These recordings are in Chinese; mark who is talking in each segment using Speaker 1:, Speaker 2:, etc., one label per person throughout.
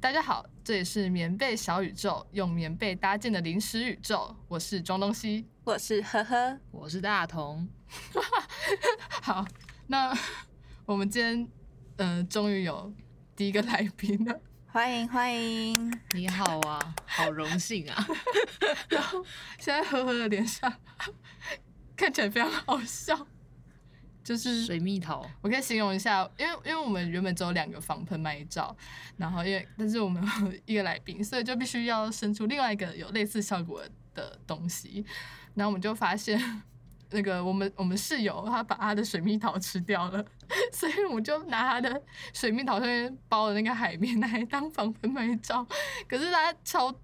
Speaker 1: 大家好，这里是棉被小宇宙，用棉被搭建的临时宇宙。我是庄东西，
Speaker 2: 我是呵呵，
Speaker 3: 我是大同。
Speaker 1: 好，那我们今天，呃，终于有第一个来宾了。
Speaker 2: 欢迎欢迎。
Speaker 3: 你好啊，好荣幸 啊！
Speaker 1: 现在呵呵的脸上 看起来非常好笑，就是
Speaker 3: 水蜜桃，
Speaker 1: 我可以形容一下，因为因为我们原本只有两个防喷麦罩，然后因为但是我们有一个来宾，所以就必须要生出另外一个有类似效果的东西。然后我们就发现，那个我们我们室友他把他的水蜜桃吃掉了，所以我就拿他的水蜜桃上面包的那个海绵来当防喷麦罩，可是它超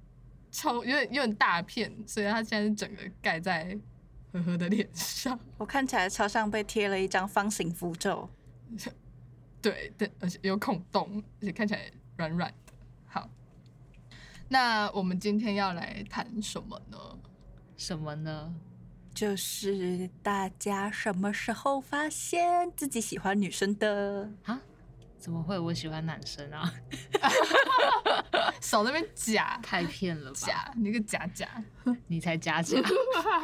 Speaker 1: 超有点有点大片，所以它现在是整个盖在呵呵的脸上。
Speaker 2: 我看起来超像被贴了一张方形符咒。
Speaker 1: 对，对，而且有孔洞，而且看起来软软的。好，那我们今天要来谈什么呢？
Speaker 3: 什么呢？
Speaker 2: 就是大家什么时候发现自己喜欢女生的？
Speaker 3: 啊？怎么会？我喜欢男生 啊！
Speaker 1: 少在那边假
Speaker 3: 太骗了吧！
Speaker 1: 假，你个假假。
Speaker 3: 你才假假，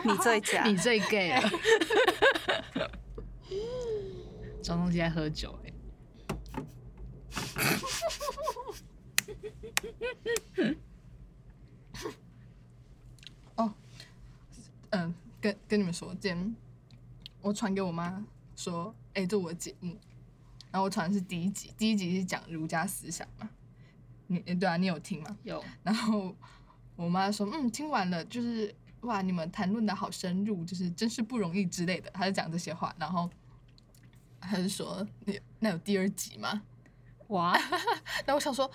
Speaker 2: 你最 假。
Speaker 3: 你最 gay 了。庄东西在喝酒哎、
Speaker 1: 嗯、跟跟你们说，今天我传给我妈说，哎、这我节目，然后我传的是第一集，第一集是讲儒家思想嘛。你诶对啊，你有听吗？
Speaker 3: 有
Speaker 1: 然后我妈说，嗯，听完了，就是哇，你们谈论的好深入，就是真是不容易之类的，她就讲这些话，然后她就说，你那有第二集吗？
Speaker 3: 哇！
Speaker 1: 然后我想说，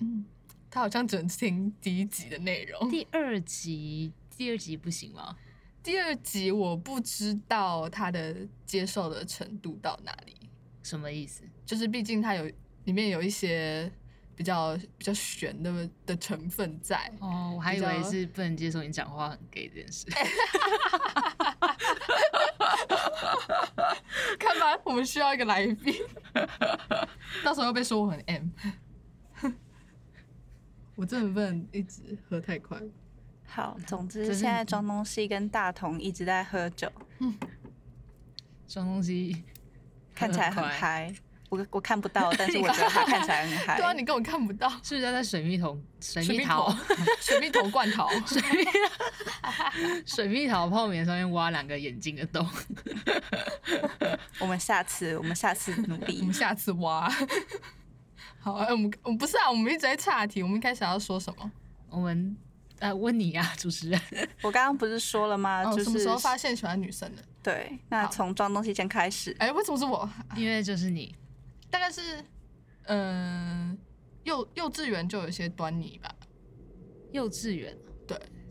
Speaker 1: 嗯，她好像只能听第一集的内容，
Speaker 3: 第二集，第二集不行吗？
Speaker 1: 第二集我不知道她的接受的程度到哪里，
Speaker 3: 什么意思？
Speaker 1: 就是毕竟它有里面有一些比较比较悬的的成分在，
Speaker 3: 哦，我还
Speaker 1: 比
Speaker 3: 以
Speaker 1: 较
Speaker 3: 为是不能接受你讲话很 gay 这件 事。
Speaker 1: 看吧，我们需要一个来宾， 到时候又被说我很 M。我真的不能一直喝太快。
Speaker 2: 好，总之
Speaker 3: 这是
Speaker 2: 现在庄东西跟大同一直在喝 酒，
Speaker 3: 庄东西
Speaker 2: 看起来很
Speaker 3: 快
Speaker 2: 嗨。我我看不到，但是我觉得他看起来很嗨。
Speaker 1: 对啊，你根本看不到。
Speaker 3: 是不是要在水蜜桃、水蜜桃、
Speaker 1: 水蜜桃， 水蜜桃罐头，
Speaker 3: 水蜜桃、水蜜桃泡棉上面挖两个眼睛的洞？
Speaker 2: 我们下次，我们下次努
Speaker 1: 我
Speaker 2: 力
Speaker 1: 们。下次挖。好，哎我们我们不是啊，我们一直在岔题。我们一开始要说什么？
Speaker 3: 我们呃问你啊， 主持人，
Speaker 2: 我刚刚不是说了吗？
Speaker 1: 哦，
Speaker 2: 就是
Speaker 1: 什么时候发现喜欢女生的？
Speaker 2: 对，那
Speaker 1: 好
Speaker 2: 从装东西先开始。
Speaker 1: 哎、为什么是我？
Speaker 3: 因为就是你
Speaker 1: 大概是，嗯、幼幼稚园就有一些端倪吧。
Speaker 3: 幼稚园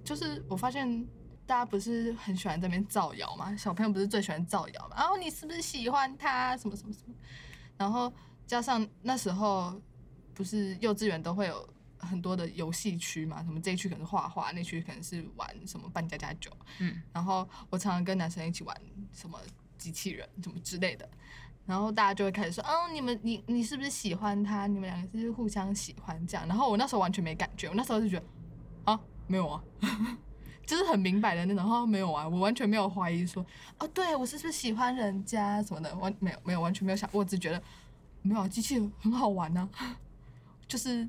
Speaker 1: 就是我发现大家不是很喜欢在那边造谣嘛，小朋友不是最喜欢造谣嘛，然、后你是不是喜欢他什么什么什么，然后加上那时候不是幼稚园都会有很多的游戏区嘛，什么这一区可能是画画，那区可能是玩什么扮家家酒，
Speaker 3: 嗯，
Speaker 1: 然后我常常跟男生一起玩什么机器人什么之类的。然后大家就会开始说，哦，你们你你是不是喜欢他？你们两个是互相喜欢这样。然后我那时候完全没感觉，我那时候就觉得啊，没有啊， 就是很明白的那种，哦，没有啊，我完全没有怀疑说，哦，对我是不是喜欢人家什么的，完没有没有完全没有想，我只觉得没有啊，机器人很好玩呐、 就是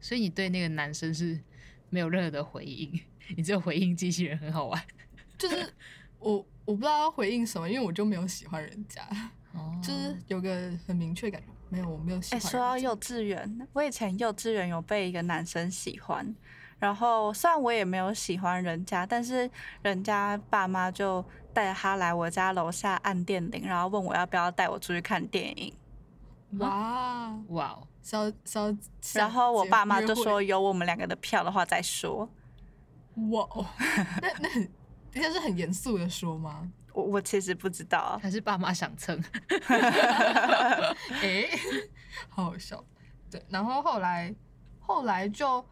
Speaker 3: 所以你对那个男生是没有任何的回应， 你只有回应机器人很好玩。
Speaker 1: 就是我我不知道要回应什么，因为我就没有喜欢人家，
Speaker 3: 哦
Speaker 1: 就是有个很明确感觉，没有我没有喜
Speaker 2: 哎、
Speaker 1: 欢人家。
Speaker 2: 说到幼稚园，我以前幼稚园有被一个男生喜欢，然后虽然我也没有喜欢人家，但是人家爸妈就带着他来我家楼下按电铃，然后问我要不要带我出去看电影，
Speaker 1: 哇，
Speaker 3: 哇哦，
Speaker 1: 烧烧，
Speaker 2: 然后我
Speaker 1: 结
Speaker 2: 爸妈
Speaker 1: 约
Speaker 2: 就
Speaker 1: 会
Speaker 2: 说有我们两个的票的话再说。
Speaker 1: 哇 哦，那那很，人家是很严肃的说吗？
Speaker 2: 我我其实不知道 啊，
Speaker 3: 哦还是爸妈想蹭，
Speaker 1: 诶，
Speaker 2: 哎
Speaker 1: 好好笑。对，然后后来后来就，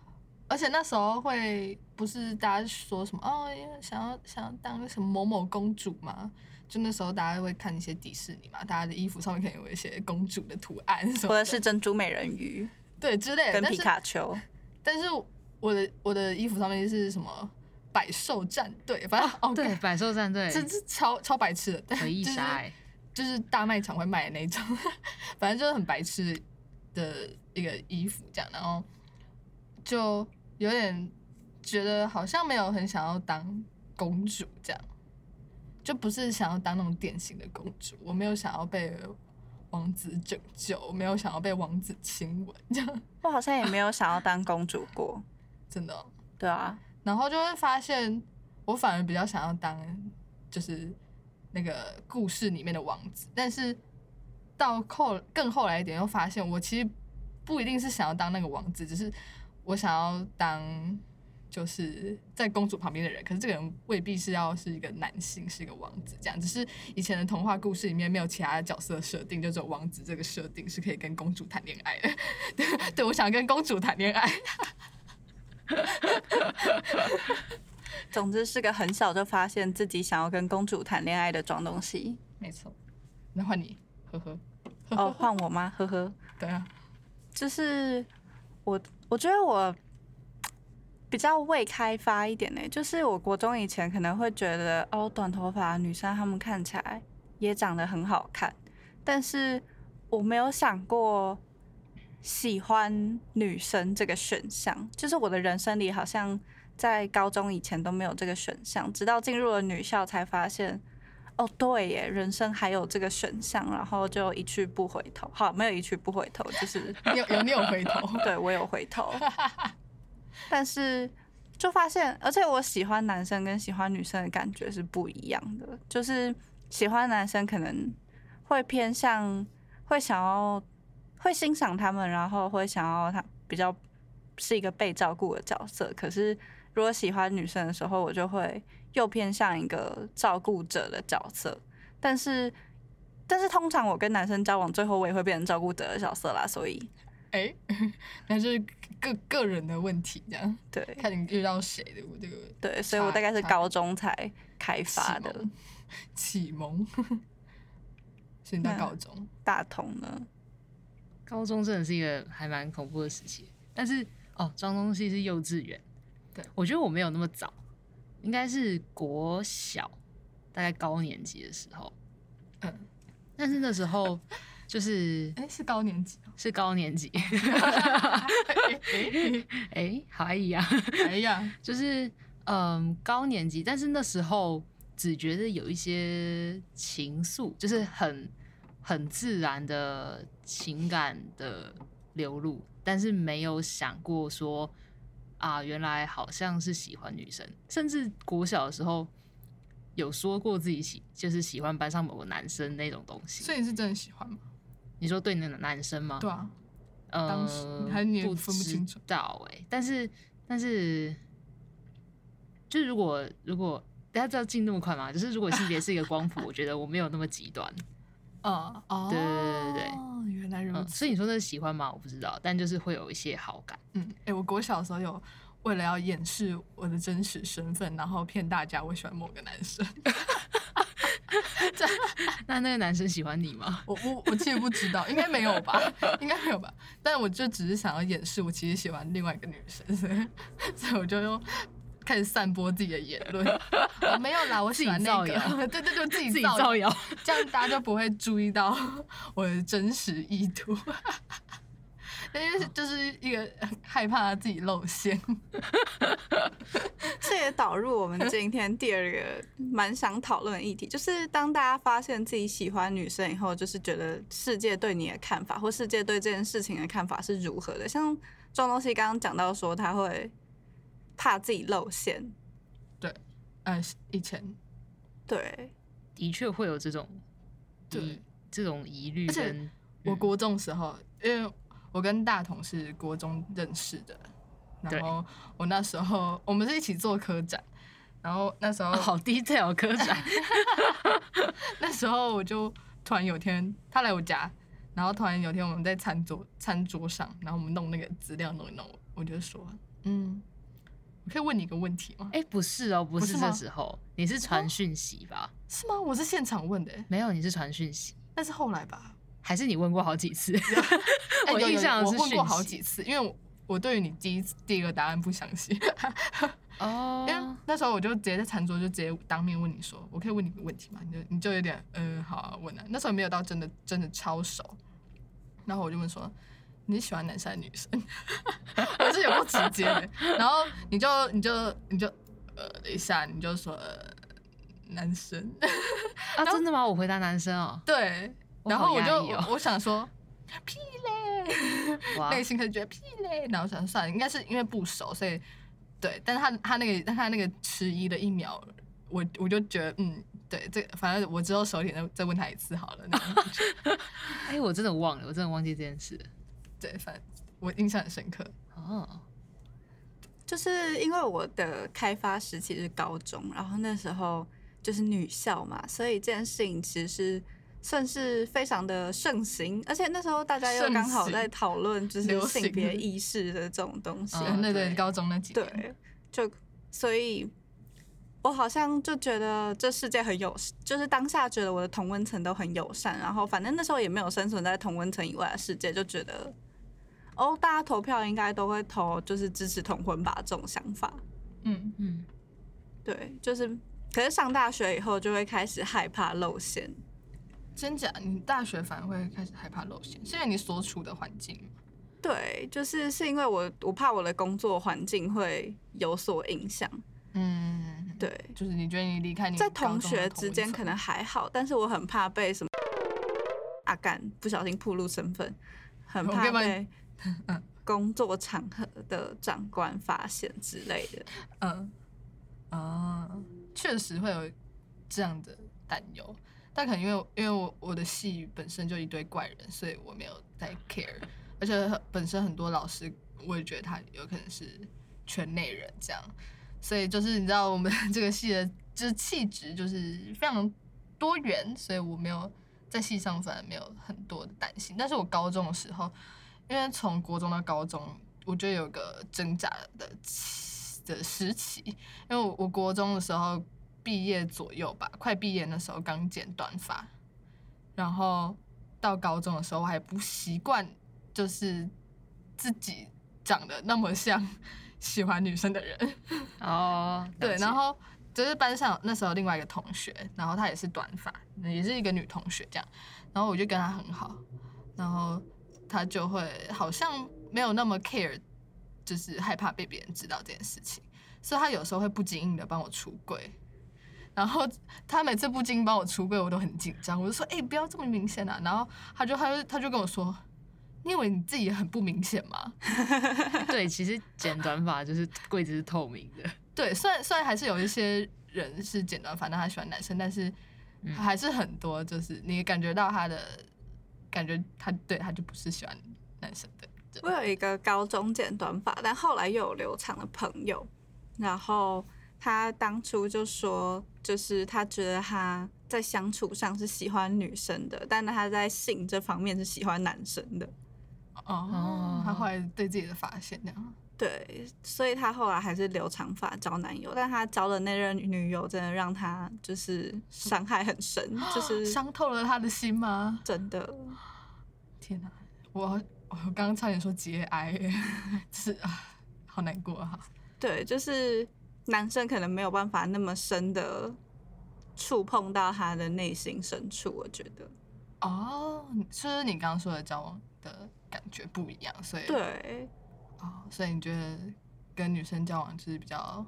Speaker 1: 而且那时候会不是大家说什么哦，想要想要当什么某某公主嘛？就那时候大家会看一些迪士尼嘛，大家的衣服上面可能有一些公主的图案什么
Speaker 2: 或
Speaker 1: 的
Speaker 2: 者是珍珠美人鱼，
Speaker 1: 对之类的。
Speaker 2: 跟
Speaker 1: 但
Speaker 2: 皮
Speaker 1: 是
Speaker 2: 卡丘，
Speaker 1: 但是我的我的衣服上面是什么百兽战队，反正哦
Speaker 3: 啊对，
Speaker 1: 干
Speaker 3: 百兽战队
Speaker 1: 这是超超白痴的，但
Speaker 3: 回忆
Speaker 1: 就是
Speaker 3: 杀、欸，
Speaker 1: 就是大卖场会卖的那种，反正就是很白痴的一个衣服这样，然后就有点觉得好像没有很想要当公主这样，就不是想要当那种典型的公主，我没有想要被王子拯救，我没有想要被王子亲吻这样，
Speaker 2: 我好像也没有想要当公主过。
Speaker 1: 真的哦、
Speaker 2: 对啊，
Speaker 1: 然后就会发现我反而比较想要当就是那个故事里面的王子，但是到后更后来一点，又发现我其实不一定是想要当那个王子，只是我想要当就是在公主旁边的人，可是这个人未必是要是一个男性，是一个王子这样，只是以前的童话故事里面没有其他角色设定，就只有王子这个设定是可以跟公主谈恋爱的。 对，对我想跟公主谈恋爱。
Speaker 2: 总之是个很小就发现自己想要跟公主谈恋爱的装东西。
Speaker 1: 没错，那换你， 呵呵，
Speaker 2: 哦，换我吗？呵呵，
Speaker 1: 对啊，
Speaker 2: 就是我，我觉得我比较未开发一点呢、就是我国中以前可能会觉得，哦，短头发的女生她们看起来也长得很好看，但是我没有想过喜欢女生这个选项，就是我的人生里好像在高中以前都没有这个选项，直到进入了女校才发现。哦，对耶，人生还有这个选项，然后就一去不回头。好，没有一去不回头，就是
Speaker 1: 你有有你有回头，
Speaker 2: 对我有回头，哦 但是就发现，而且我喜欢男生跟喜欢女生的感觉是不一样的，就是喜欢男生可能会偏向会想要会欣赏他们，然后会想要他比较是一个被照顾的角色，可是。如果喜欢女生的时候，我就会又偏向一个照顾者的角色，但是，但是通常我跟男生交往，最后我也会变成照顾者的角色啦，所以
Speaker 1: 哎、 那就是个个人的问题，这样
Speaker 2: 对，
Speaker 1: 看你遇到谁的这个
Speaker 2: 对，所以我
Speaker 1: 差
Speaker 2: 大概是
Speaker 1: 差
Speaker 2: 高中才开
Speaker 1: 启
Speaker 2: 发的。
Speaker 1: 蒙，启蒙， 所以你到
Speaker 2: 那
Speaker 1: 高中，
Speaker 2: 大同呢？
Speaker 3: 高中真的是一个还蛮恐怖的时期，但是哦，装东西是幼稚园，
Speaker 1: 对
Speaker 3: 我觉得我没有那么早，应该是国小，大概高年级的时候，
Speaker 1: 嗯，
Speaker 3: 但是那时候就是
Speaker 1: 哎、是高年 级哦，
Speaker 3: 是高年级，哎、好阿姨啊，
Speaker 1: 哎呀，
Speaker 3: 就是嗯高年级，但是那时候只觉得有一些情愫，就是很很自然的情感的流露，但是没有想过说啊，原来好像是喜欢女生，甚至国小的时候。有说过自己喜就是喜欢班上某个男生那种东西，
Speaker 1: 所以你是真的喜欢吗？
Speaker 3: 你说对那个男生吗？
Speaker 1: 对啊，
Speaker 3: 呃，
Speaker 1: 当时还是你也
Speaker 3: 不
Speaker 1: 分不
Speaker 3: 知
Speaker 1: 清楚
Speaker 3: 道哎、但是但是，就如果如果大家知道进那么快吗？就是如果性别是一个光谱，我觉得我没有那么 极端。
Speaker 1: 啊、哦，
Speaker 3: 对对对
Speaker 1: 对，哦原来如
Speaker 3: 嗯，
Speaker 1: 此，
Speaker 3: 所以你说那是喜欢吗？我不知道，但就是会有一些好感。
Speaker 1: 嗯，哎、我国小的时候有。为了要掩饰我的真实身份，然后骗大家我喜欢某个男生，
Speaker 3: 那那个男生喜欢你吗？
Speaker 1: 我我我其实不知道，应该没有吧，应该没有吧。但我就只是想要掩饰我其实喜欢另外一个女生，所以所以我就用开始散播自己的言论。我没有啦，我喜欢那
Speaker 3: 自己造
Speaker 1: 个，对 对对，自己
Speaker 3: 自己
Speaker 1: 造
Speaker 3: 造谣。
Speaker 1: 这样大家就不会注意到我的真实意图。 因为就是一个害怕自己露馅，
Speaker 2: 这也导入我 们今天第二个蛮想讨论的议题，就是当大家发现自己喜欢女生以后，就是觉得世界对你的看法或世界对这件事情的看法是如何的。像庄东西刚刚讲到说，他会怕自己露馅，
Speaker 1: 呃，以前，
Speaker 2: 对，
Speaker 3: 的确会有这种
Speaker 1: 对
Speaker 3: 疑这种疑虑
Speaker 1: 而且
Speaker 3: 跟
Speaker 1: 我国中的时候，因为我跟大同是国中认识的，
Speaker 3: 对
Speaker 1: 然后我那时候我们是一起做科展，然后那时候、
Speaker 3: 哦好 detail 科 展
Speaker 1: 那时候我就突然有天他来我家，然后突然有天我们在餐桌餐桌上，然后我们弄那个资料弄一弄，我就说，嗯，我可以问你一个问题吗？
Speaker 3: 哎、不是哦，不
Speaker 1: 不是
Speaker 3: 是这
Speaker 1: 吗
Speaker 3: 时候，你是传讯息吧？
Speaker 1: 是吗？我是现场问的欸、
Speaker 3: 没有，你是传讯息。
Speaker 1: 那是后来吧？
Speaker 3: 还是你问过好几 次？
Speaker 1: 哎
Speaker 3: 我
Speaker 1: 有
Speaker 3: 印
Speaker 1: 有
Speaker 3: 象
Speaker 1: 我
Speaker 3: 是
Speaker 1: 问过
Speaker 3: 讯
Speaker 1: 好
Speaker 3: 息
Speaker 1: 几次，因为我我对于你第一次第一个答案不相信，因为
Speaker 3: 哦，
Speaker 1: 那时候我就直接在餐桌就直接当面问你说，我可以问你个问题吗？你就你就有点嗯好啊问啊，那时候没有到真的真的超熟，然后我就问说你是喜欢男生还是女生？我是有不直接的，然后你就你就你就呃了一下，你就说、呃、男生，
Speaker 3: 啊，真的吗？我回答男生哦，
Speaker 1: 对，
Speaker 3: 我
Speaker 1: 然
Speaker 3: 好
Speaker 1: 后我
Speaker 3: 压
Speaker 1: 就
Speaker 3: 抑哦
Speaker 1: 我我想说屁嘞。
Speaker 2: 啊
Speaker 3: 哇，
Speaker 1: 内心可能觉得屁嘞，然后想算了，应该是因为不熟，所以对，但是他他那个但他那个迟疑的一秒，我我就觉得嗯，对，这反正我之后熟一点再再问他一次好了。那种感觉
Speaker 3: 哎，我真的忘了，我真的忘记这件事了。
Speaker 1: 对，反正我印象很深 刻。
Speaker 3: 哦，
Speaker 2: 就是因为我的开发时期是高中，然后那时候就是女校嘛，所以这件事情其实是算是非常的盛行，而且那时候大家又
Speaker 1: 盛
Speaker 2: 刚好
Speaker 1: 行
Speaker 2: 在讨论就
Speaker 1: 流
Speaker 2: 是
Speaker 1: 行嗯
Speaker 2: 性别意识的这种东西，
Speaker 3: 哦
Speaker 1: 对，那对
Speaker 3: 对
Speaker 1: 高中那几年，
Speaker 2: 啊对，就所以。我好像就觉得这世界很友，就是当下觉得我的同温层都很友善，然后反正那时候也没有生存在同温层以外的世界，就觉得哦，大家投票应该都会投就是支持同婚吧这种想法。
Speaker 1: 嗯，
Speaker 3: 嗯，
Speaker 2: 对，就是，可是上大学以后就会开始害怕露馅。
Speaker 1: 真假？你大学反而会开始害怕露馅，是因为你所处的环境吗
Speaker 2: 对，就是是因为我我怕我的工作环境会有所影响。
Speaker 1: 嗯，，
Speaker 2: 对，
Speaker 1: 就是你觉得你离开你
Speaker 2: 在
Speaker 1: 嗯高
Speaker 2: 同
Speaker 1: 中的
Speaker 2: 学
Speaker 1: 同
Speaker 2: 之
Speaker 1: 温
Speaker 2: 间
Speaker 1: 层
Speaker 2: 可能还好，但是我很怕被什么阿干不小心暴露身份，很
Speaker 1: 我嗯
Speaker 2: 怕
Speaker 1: 跟你们
Speaker 2: 被 工作场合的长官发现之类的。
Speaker 1: 嗯，啊，确实会有这样的担忧，但可能因为因为我我的系本身就一堆怪人，所以我没有在 care，而且本身很多老师，我也觉得他有可能是圈内人这样，所以就是你知道我们这个系的就是气质就是非常多元，所以我没有在系上反而没有很多的担心，但是我高中的时候，因为从国中到高中，我觉得有个挣扎的期的时期，因为我我国中的时候毕业左右吧，快毕业那时候刚剪短发，然后到高中的时候我还不习惯，就是自己长得那么像 喜欢女生的人，
Speaker 3: 哦，了
Speaker 1: 对，然
Speaker 3: 解
Speaker 1: 后就是班上那时候另外一个同学，然后她也是短发，也是一个女同学这样，然后我就跟她很好，然后她就会好像没有那么 care，就是害怕被别人知道这件事情，所以她有时候会不经意的帮我出柜。然后她每次不经意帮我出柜，我都很紧张。我就说：“哎、不要这么明显啊！”然后她就她就她就跟我说：“你以为你自己很不明显吗？”
Speaker 3: 对，其实剪短发就是柜子是透明 的，
Speaker 1: 对，虽然虽然还是有一些人是剪短发，但他喜欢男生，但是
Speaker 3: 嗯
Speaker 1: 还是很多，就是你感觉到他的感觉他，对他就不是喜欢男生的。对
Speaker 2: 我有一个高中剪短发，但后来又有留长的朋友，然后他当初就说，就是他觉得他在相处上是喜欢女生的，但他在性这方面是喜欢男生的。
Speaker 1: 哦，他后来对自己的发现那样，
Speaker 2: 对，所以他后来还是留长发交男友，但他交的那任女友真的让他就是伤害很深，就 是
Speaker 1: 伤哦透了他的心吗？
Speaker 2: 真的。
Speaker 1: 天哪、我我刚刚差点说节哀，是啊，好难过啊哈、
Speaker 2: 对，就是男生可能没有办法那么深的触碰到他的内心深处，我觉得。
Speaker 1: 哦，就是你刚刚说的交往的感觉不一样，所以
Speaker 2: 对，
Speaker 1: 哦，所以你觉得跟女生交往就是比较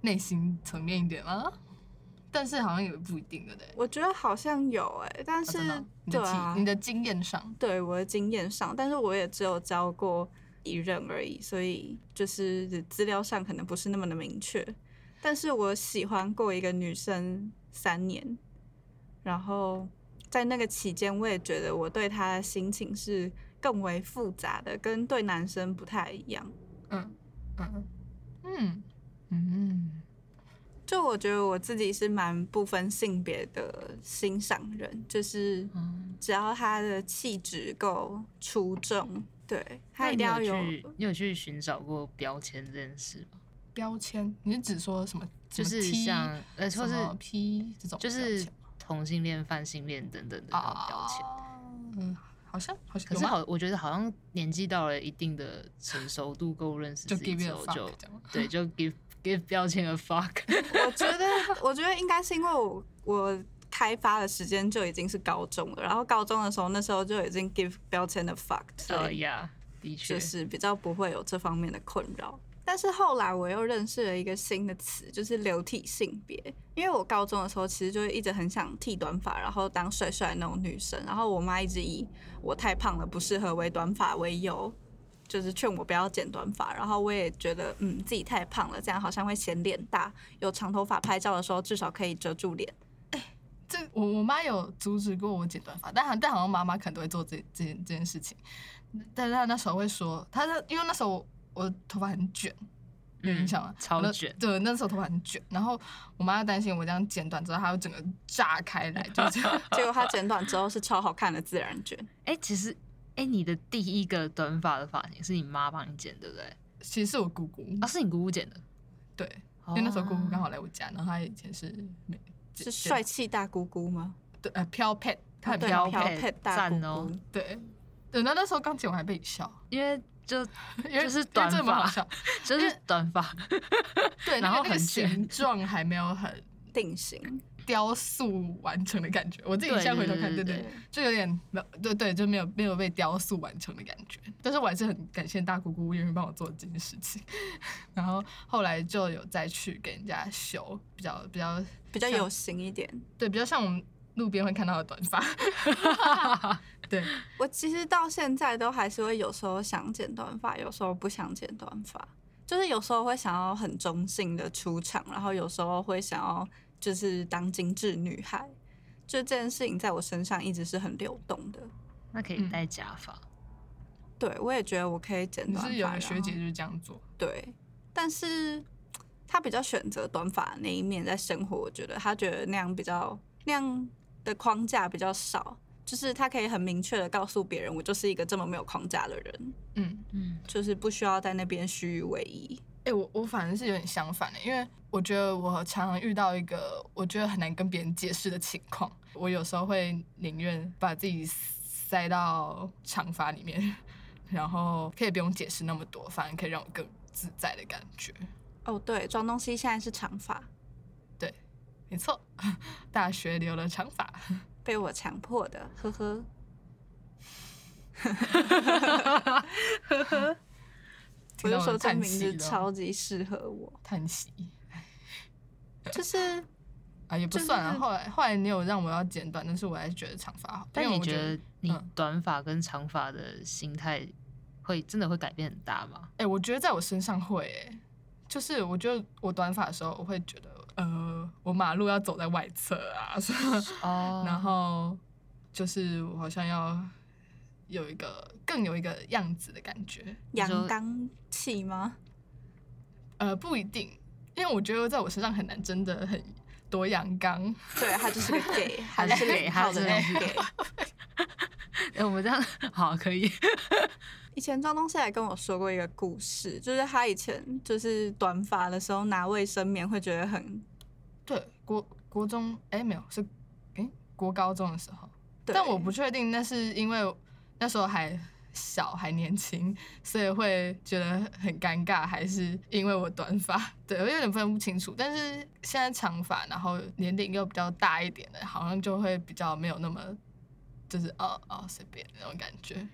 Speaker 1: 内心层面一点吗？但是好像也不一定，对不对？
Speaker 2: 我觉得好像有哎、但
Speaker 1: 啊
Speaker 2: 是、
Speaker 1: 真的哦你
Speaker 2: 对
Speaker 1: 的经、
Speaker 2: 啊
Speaker 1: 你，的经验上，
Speaker 2: 对我的经验上，但是我也只有教过一任而已，所以就是资料上可能不是那么的明确。但是我喜欢过一个女生三年，然后在那个期间，我也觉得我对她的心情是更为复杂的，跟对男生不太一样。
Speaker 1: 嗯嗯嗯嗯
Speaker 2: 就我觉得我自己是蛮不分性别的欣赏人，就是
Speaker 3: 嗯，
Speaker 2: 只要他的气质够出众，对他
Speaker 3: 那
Speaker 2: 一
Speaker 3: 你
Speaker 2: 定要
Speaker 3: 有
Speaker 2: 有
Speaker 3: 去，你有去寻找过标签这件事吗？
Speaker 1: 标签，你是指说什么？
Speaker 3: 就是
Speaker 1: 什么 T，
Speaker 3: 像呃，
Speaker 1: 什
Speaker 3: 或是
Speaker 1: 么 P 这种
Speaker 3: 就
Speaker 1: 标
Speaker 3: 是
Speaker 1: 签吗啊
Speaker 3: 同性恋、泛性恋等等的那种标签。
Speaker 1: 嗯，好像好像
Speaker 3: 可
Speaker 1: 有
Speaker 3: 是
Speaker 1: 吗
Speaker 3: 好，我觉得好像年纪到了一定的成熟度，够认识
Speaker 1: 就
Speaker 3: 自己
Speaker 1: give
Speaker 3: 之
Speaker 1: it a
Speaker 3: 后
Speaker 1: fuck
Speaker 3: 就
Speaker 1: 这样
Speaker 3: 对，就 give give 标签 a fuck。
Speaker 2: 我觉得，我觉得应该是因为我我开发的时间就已经是高中了，然后高中的时候那时候就已经 give 标签的 fuck，所
Speaker 3: 呃
Speaker 2: 以
Speaker 3: 呀，的确
Speaker 2: 就，是比较不会有这方面的困扰。但是后来我又认识了一个新的词，就是流体性别。因为我高中的时候其实就一直很想剃短发，然后当帅帅的那种女生，然后我妈一直以我太胖了不适合为短发为由，就是劝我不要剪短发，然后我也觉得，嗯，自己太胖了，这样好像会显脸大。有长头发拍照的时候，至少可以遮住脸。
Speaker 1: 这我我妈有阻止过我剪短发，但好但好像妈妈可能都会做这这件这件事情，但是她那时候会说，她那因为那时候我我头发很卷，有
Speaker 3: 嗯
Speaker 1: 印象吗？
Speaker 3: 超
Speaker 1: 那
Speaker 3: 卷
Speaker 1: 对，那时候头发很卷，然后我妈担心我这样剪短之后，她会整个炸开来，就这 样。
Speaker 2: 结果她剪短之后是超好看的自然卷，
Speaker 3: 哎、其实，哎、你的第一个短发的发型是你妈帮你剪，对不对？
Speaker 1: 其实是我姑姑，
Speaker 3: 啊，哦是你姑姑剪的，
Speaker 1: 对，因为那时候姑姑刚
Speaker 3: 好。
Speaker 1: 好来我家，然后她以前是美
Speaker 2: 是帅，气大姑姑吗？
Speaker 1: 对呃飘配，她很
Speaker 2: 对
Speaker 1: 飘
Speaker 3: 飘
Speaker 1: 配，
Speaker 3: 配
Speaker 2: 配大姑
Speaker 3: 赞哦
Speaker 2: 姑。
Speaker 1: 对对，那那时候刚剪我还被你笑，
Speaker 3: 因为就
Speaker 1: 因为
Speaker 3: 就是
Speaker 1: 因为
Speaker 3: 短
Speaker 1: 这蛮好
Speaker 3: 发
Speaker 1: 笑，
Speaker 3: 就是 短发，
Speaker 1: 对，
Speaker 3: 然
Speaker 1: 那
Speaker 3: 后
Speaker 1: 个那个
Speaker 3: 很卷
Speaker 1: 形状还没有很。
Speaker 2: 定型，
Speaker 1: 雕塑完成的感觉。我自己
Speaker 3: 对
Speaker 1: 现在回头看，
Speaker 3: 对
Speaker 1: 对
Speaker 3: 对
Speaker 1: 对，就有点没有，对对，就没有没有被雕塑完成的感觉。但是我还是很感谢大姑姑愿意帮我做这件事情。然后后来就有再去给人家修，比较比较
Speaker 2: 比较有型一点。
Speaker 1: 对，比较像我们路边会看到的短发。对，
Speaker 2: 我其实到现在都还是会有时候想剪短发，有时候不想剪短发，就是有时候会想要很中性的出场，然后有时候会想要就是当精致女孩。就这件事情在我身上一直是很流动的。
Speaker 3: 那可以
Speaker 1: 嗯
Speaker 3: 戴假发。
Speaker 2: 对我也觉得我可以剪
Speaker 1: 你
Speaker 2: 短发。
Speaker 1: 是有
Speaker 2: 然
Speaker 1: 个
Speaker 2: 后
Speaker 1: 学姐就是这样做，
Speaker 2: 对，但是他比较选择短发的那一面在生活，我觉得他觉得那样比较那样的框架比较少，就是他可以很明确的告诉别人，我就是一个这么没有框架的人，
Speaker 1: 嗯。
Speaker 3: 嗯，
Speaker 2: 就是不需要在那边虚与委蛇。
Speaker 1: 哎、我我反而是有点相反的，因为我觉得我常常遇到一个我觉得很难跟别人解释的情况，我有时候会宁愿把自己塞到长发里面， 然后可以不用解释那么多，反而可以让我更自在的感觉。
Speaker 2: 哦，对，庄东西现在是长发，
Speaker 1: 没错， 大学留了长发，
Speaker 2: 被我强迫的，呵呵。 我
Speaker 1: 听到
Speaker 2: 就说这
Speaker 1: 叹哦
Speaker 2: 名
Speaker 1: 息了
Speaker 2: 字超级适合我，
Speaker 1: 叹息
Speaker 2: 就是
Speaker 1: 啊，也不
Speaker 2: 就是
Speaker 1: 算啊。后来后来你有让我要剪短，但是我还是觉得长发好，
Speaker 3: 但
Speaker 1: 因为
Speaker 3: 你
Speaker 1: 我
Speaker 3: 觉得你
Speaker 1: 嗯
Speaker 3: 短发跟长发的心态会真的会改变很大吗？
Speaker 1: 哎、我觉得在我身上会、欸，就是我觉得我短发的时候，我会觉得，呃，我马路要走在外侧啊， 所以
Speaker 3: 哦
Speaker 1: 然后就是我好像要有一个更有一个样子的感觉，
Speaker 2: 阳刚气吗？
Speaker 1: 呃，不一定，因为我觉得在我身上很难真的很多阳刚，
Speaker 2: 对，他就是个 gay，他
Speaker 3: 他
Speaker 2: 就是
Speaker 3: 是
Speaker 2: 个
Speaker 3: gay，
Speaker 2: 很
Speaker 3: 他
Speaker 2: 好的
Speaker 3: 真的
Speaker 2: 那
Speaker 3: 是
Speaker 2: 种 gay。
Speaker 3: 我们这样 好可以，
Speaker 2: 以前张东西还跟我说过一个故事，就是他以前就是短发的时候拿卫生棉会觉得很，
Speaker 1: 对，国国中，哎、没有是，哎、国高中的时候，
Speaker 2: 对
Speaker 1: 但我不确定那是因为那时候还小还年轻，所以会觉得很尴尬，还是因为我短发？对我有点分不清楚。但是现在长发，然后年龄又比较大一点的，好像就会比较没有那么就是哦哦随便那种感觉。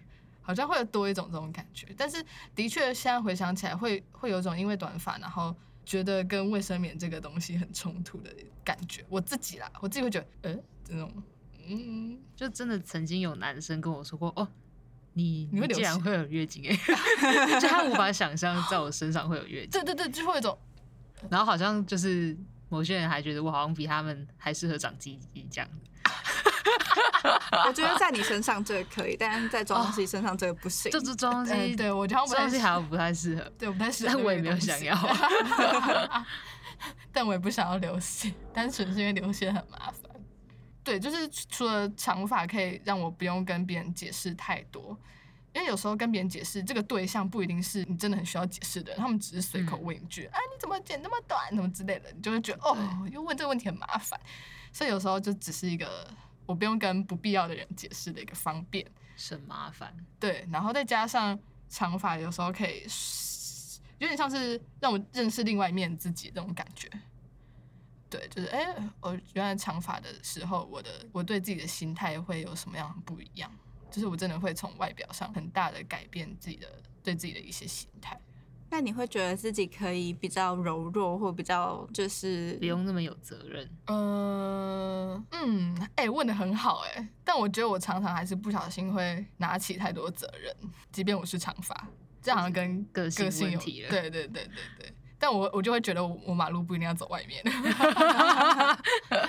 Speaker 1: 好像会有多一种这种感觉，但是的确现在回想起来会会有一种因为短发，然后觉得跟卫生棉这个东西很冲突的感觉。我自己啦，我自己会觉得，呃，这种，嗯，
Speaker 3: 就真的曾经有男生跟我说过，哦，你
Speaker 1: 你会流
Speaker 3: 竟然
Speaker 1: 血
Speaker 3: 会有月经哎、 就他无法想象在我身上会有月 经，
Speaker 1: 对对对，就会有一种
Speaker 3: 然后好像就是某些人还觉得我好像比他们还适合长鸡鸡这样，
Speaker 2: 我觉得在你身上这个可以，但是在庄东西身哦上这个不行。
Speaker 3: 就这东
Speaker 1: 呃
Speaker 3: 西，
Speaker 1: 对我觉得
Speaker 3: 这
Speaker 1: 好像
Speaker 3: 东
Speaker 1: 不
Speaker 3: 西
Speaker 1: 太
Speaker 3: 好像不太适合。
Speaker 1: 对我不太适合
Speaker 3: 但
Speaker 1: 那
Speaker 3: 我
Speaker 1: 个
Speaker 3: 也没有
Speaker 1: 东西
Speaker 3: 想要
Speaker 1: 但我也不想要流血，单纯是因为流血很麻烦。对，就是除了长发可以让我不用跟别人解释太多，因为有时候跟别人解释这个对象不一定是你真的很需要解释的人，他们只是
Speaker 3: 嗯
Speaker 1: 啊随口问一句：“哎、你怎么剪那么短？”什么之类的，你就会觉得哦，又问这个问题很麻烦。所以有时候就只是一个我不用跟不必要的人解释的一个方便。
Speaker 3: 省麻烦。
Speaker 1: 对，然后再加上长发，有时候可以有点像是让我认识另外一面自己那种感觉。对，就是哎、我原来长发的时候，我的我对自己的心态会有什么样不一样？就是我真的会从外表上很大的改变自己的对自己的一些心态。
Speaker 2: 那你会觉得自己可以比较柔弱，或比较就是
Speaker 3: 不用那么有责任，
Speaker 1: 呃，嗯，哎、问的很好哎、但我觉得我常常还是不小心会拿起太多责任，即便我是长发，这好像跟
Speaker 3: 个性
Speaker 1: 个性
Speaker 3: 问
Speaker 1: 有
Speaker 3: 题了
Speaker 1: 对对对对对。但我我就会觉得我我马路不一定要走外面，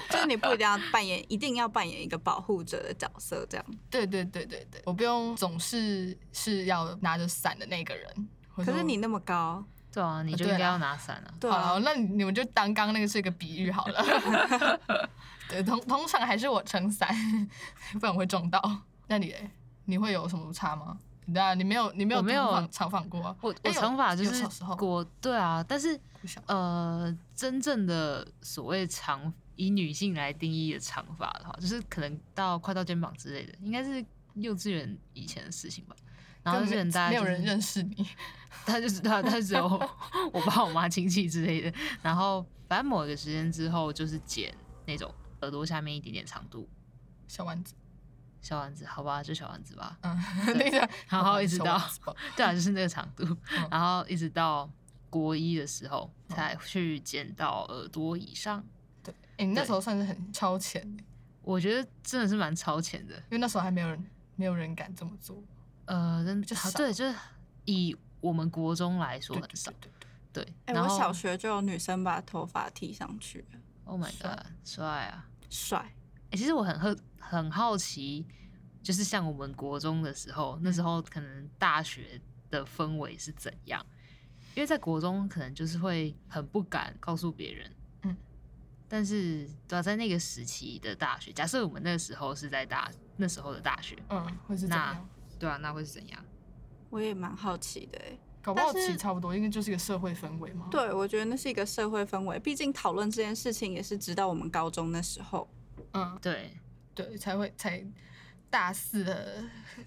Speaker 2: 就是你不一定要扮演，一定要扮演一个保护者的角色，这样。
Speaker 1: 对对对对对，我不用总是是要拿着伞的那个人。或者
Speaker 2: 可是
Speaker 1: 我
Speaker 2: 你那么高，
Speaker 3: 对啊，你
Speaker 1: 呃
Speaker 3: 就
Speaker 1: 对
Speaker 3: 应该
Speaker 1: 啦
Speaker 3: 要拿伞啊。
Speaker 2: 对
Speaker 1: 好
Speaker 2: 啊
Speaker 1: 了，，那你们就当刚刚那个是一个比喻好了。 对，通通常还是我撑伞， 不然我会撞到。那你嘞你会有什么差吗？对啊，你没有，你没有
Speaker 3: 我没有
Speaker 1: 长访长访过啊。
Speaker 3: 我
Speaker 1: 哎
Speaker 3: 我
Speaker 1: 有
Speaker 3: 长发就
Speaker 1: 有
Speaker 3: 是
Speaker 1: 小时候
Speaker 3: 过，对啊，但是
Speaker 1: 不想
Speaker 3: 呃，真正的所谓长，以女性来定义的长发的话，就是可能到快到肩膀之类的，应该是幼稚园以前的事情吧。然后幼
Speaker 1: 根
Speaker 3: 稚园
Speaker 1: 本
Speaker 3: 大家、
Speaker 1: 没
Speaker 3: 就是、
Speaker 1: 有人认 识你，
Speaker 3: 他就是他，他只有我爸、我妈亲戚之类的。然后反正某一个时间之后，就是剪那种耳朵下面一点点长度
Speaker 1: 小丸子。
Speaker 3: 小丸子，好吧，就小丸子吧。
Speaker 1: 嗯， 那个
Speaker 3: 好好一直
Speaker 1: 小
Speaker 3: 到
Speaker 1: 丸子吧
Speaker 3: 对啊，就是那个长度。然后一直到国一的时候
Speaker 1: 嗯
Speaker 3: 才去剪到耳朵以上，
Speaker 1: 对，哎，你那
Speaker 3: 对
Speaker 1: 时候算是很超前，因
Speaker 3: 我觉得真的是蛮超前的。
Speaker 1: 为那时候还没有人，没有人敢这么做，
Speaker 3: 呃，真
Speaker 1: 比较
Speaker 3: 好
Speaker 1: 少
Speaker 3: 对，就是以我们国中来说
Speaker 1: 对
Speaker 3: 很少。。
Speaker 1: 对对对
Speaker 3: 对，
Speaker 2: 哎、
Speaker 3: 然
Speaker 2: 我
Speaker 3: 后
Speaker 2: 小学就有女生把头发剃上去，
Speaker 3: Oh my
Speaker 1: 帅
Speaker 3: god，帅啊！
Speaker 2: 帅。
Speaker 3: 欸，其实我很好很好奇，就是像我们国中的时候，那时候可能大学的氛围是怎样？因为在国中可能就是会很不敢告诉别人，
Speaker 1: 嗯，
Speaker 3: 但是对啊，在那个时期的大学，假设我们那时候是在大那时候的大学，
Speaker 1: 嗯，会是怎
Speaker 3: 那
Speaker 1: 样？
Speaker 3: 对啊，那会是怎样？
Speaker 2: 我也蛮好奇的、哎
Speaker 1: 搞不好
Speaker 2: 但是
Speaker 1: 其实差不多，因为就是一个社会氛围嘛。
Speaker 2: 对，我觉得那是一个社会氛围，毕竟讨论这件事情也是直到我们高中那时候。
Speaker 1: 嗯，
Speaker 3: 对，
Speaker 1: 对，才会才大肆的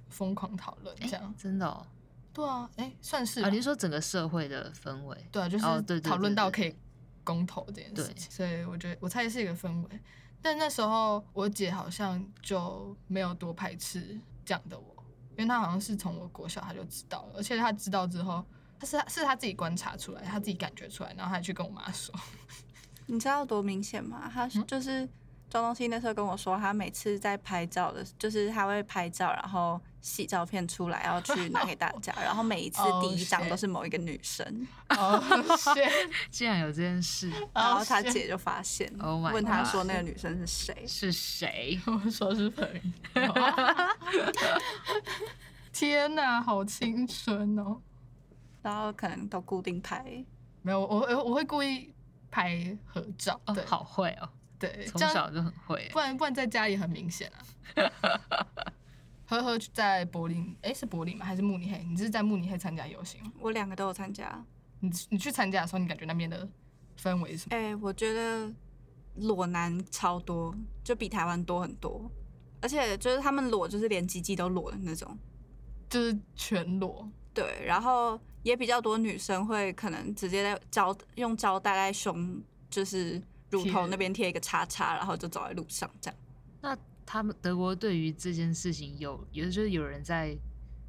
Speaker 1: 疯狂讨论这样。
Speaker 3: 真的哦，
Speaker 1: 对啊，哎、算是吧、
Speaker 3: 啊，你是说整个社会的氛围，
Speaker 1: 对啊，就是
Speaker 3: 哦对对
Speaker 1: 讨论
Speaker 3: 对
Speaker 1: 到
Speaker 3: 对
Speaker 1: 可以
Speaker 3: 对
Speaker 1: 公投这件事
Speaker 3: 对
Speaker 1: 情，所以我觉得我猜是一个氛围。但那时候我姐好像就没有多排斥这样的我，因为她好像是从我国小她就知道了，而且她知道之后，她是是她自己观察出来，她自己感觉出来，然后她还去跟我妈说。
Speaker 2: 你知道多明显吗？他是
Speaker 1: 嗯
Speaker 2: 就是周东西那时候跟我说，他每次在拍照的，就是他会拍照，然后洗照片出来，然后去拿给大家，然后每一次
Speaker 1: Oh,
Speaker 2: 第一张
Speaker 1: shit.
Speaker 2: 都是某一个女生，
Speaker 1: 哦，shit
Speaker 3: 竟然有这件事，
Speaker 2: 然后他
Speaker 1: 哦 shit
Speaker 2: 姐就发现
Speaker 3: Oh my
Speaker 2: 问他
Speaker 3: God.
Speaker 2: 说那个女生是谁？
Speaker 3: 是谁？
Speaker 1: 我说是朋友。 天哪，好青春哦！
Speaker 2: 然后可能都固定拍，
Speaker 1: 没有，我我我会故意拍合照，
Speaker 3: 哦
Speaker 1: 对，，
Speaker 3: 好会哦，
Speaker 1: 对，
Speaker 3: 从
Speaker 1: 这样
Speaker 3: 小就很会哦
Speaker 1: 不然不然在家里很明显啊。 呵呵，在柏林，哎、是柏林吗？还是慕尼黑？你是在慕尼黑参加游行吗？
Speaker 2: 我两个都有参加。
Speaker 1: 你你去参加的时候，你感觉那边的氛围是什么？
Speaker 2: 哎、我觉得裸男超多，就比台湾多很多，而且就是他们裸就是连鸡鸡都裸的那种。
Speaker 1: 就是全裸，
Speaker 2: 对，然后也比较多女生会可能直接在胶用胶带在胸，就是乳头
Speaker 1: 贴
Speaker 2: 那边贴一个叉叉，然后就走在路上这样。
Speaker 3: 那他们德国对于这件事情有，有就是有人在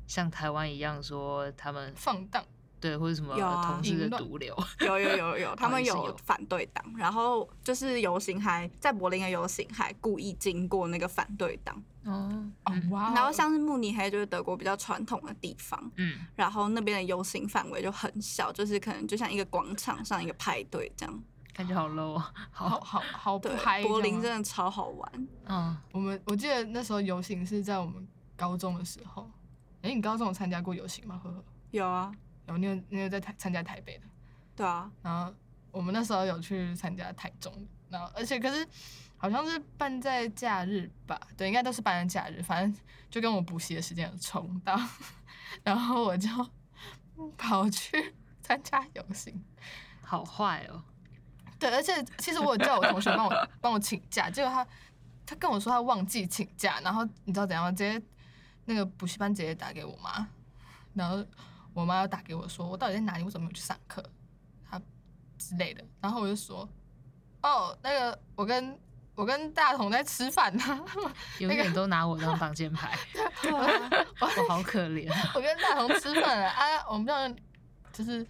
Speaker 3: 像台湾一样说他们
Speaker 1: 放荡。
Speaker 3: 对或者什么
Speaker 2: 有啊
Speaker 3: 同志
Speaker 1: 淫
Speaker 3: 的
Speaker 1: 乱
Speaker 3: 毒瘤，
Speaker 2: 有有有有，他们
Speaker 3: 也是
Speaker 2: 有
Speaker 3: 有
Speaker 2: 反对党，然后就是游行还在柏林的游行还故意经过那个反对党，
Speaker 3: 哦，
Speaker 1: 哦
Speaker 3: 嗯
Speaker 1: 哇哦！
Speaker 2: 然后像是慕尼黑就是德国比较传统的地方，
Speaker 3: 嗯，
Speaker 2: 然后那边的游行范围就很小，就是可能就像一个广场上一个派对这样。
Speaker 3: 感觉好 low 啊，
Speaker 1: 好
Speaker 3: 好，
Speaker 1: 好好不
Speaker 2: 对
Speaker 1: 嗨，，啊
Speaker 2: 柏林
Speaker 1: 你知道吗
Speaker 2: 真的超好玩。
Speaker 3: 嗯，
Speaker 1: 我们我记得那时候游行是在我们高中的时候。哎、你高中有参加过游行吗？呵呵，
Speaker 2: 有啊，
Speaker 1: 有，你有你有在台参加台北的。
Speaker 2: 对啊，
Speaker 1: 然后我们那时候有去参加台中，然后而且可是好像是办在假日吧，对，应该都是办在假日，反正就跟我补习的时间有冲到， 然后我就跑去参加游行，
Speaker 3: 好坏哦，
Speaker 1: 对，而且其实我有叫我同学帮我帮我请假，结果他他跟我说他忘记请假，然后你知道怎样吗？直接那个补习班直接打给我妈，然后我妈又打给我说我到底在哪里，为什么没有去上课，她之类的，然后我就说哦，那个我跟我跟大同在吃饭呢、啊
Speaker 3: 永远都拿我当挡 箭牌，
Speaker 2: 对啊，
Speaker 3: 我好可怜。
Speaker 1: 我跟大同吃饭了啊，我们不小心就是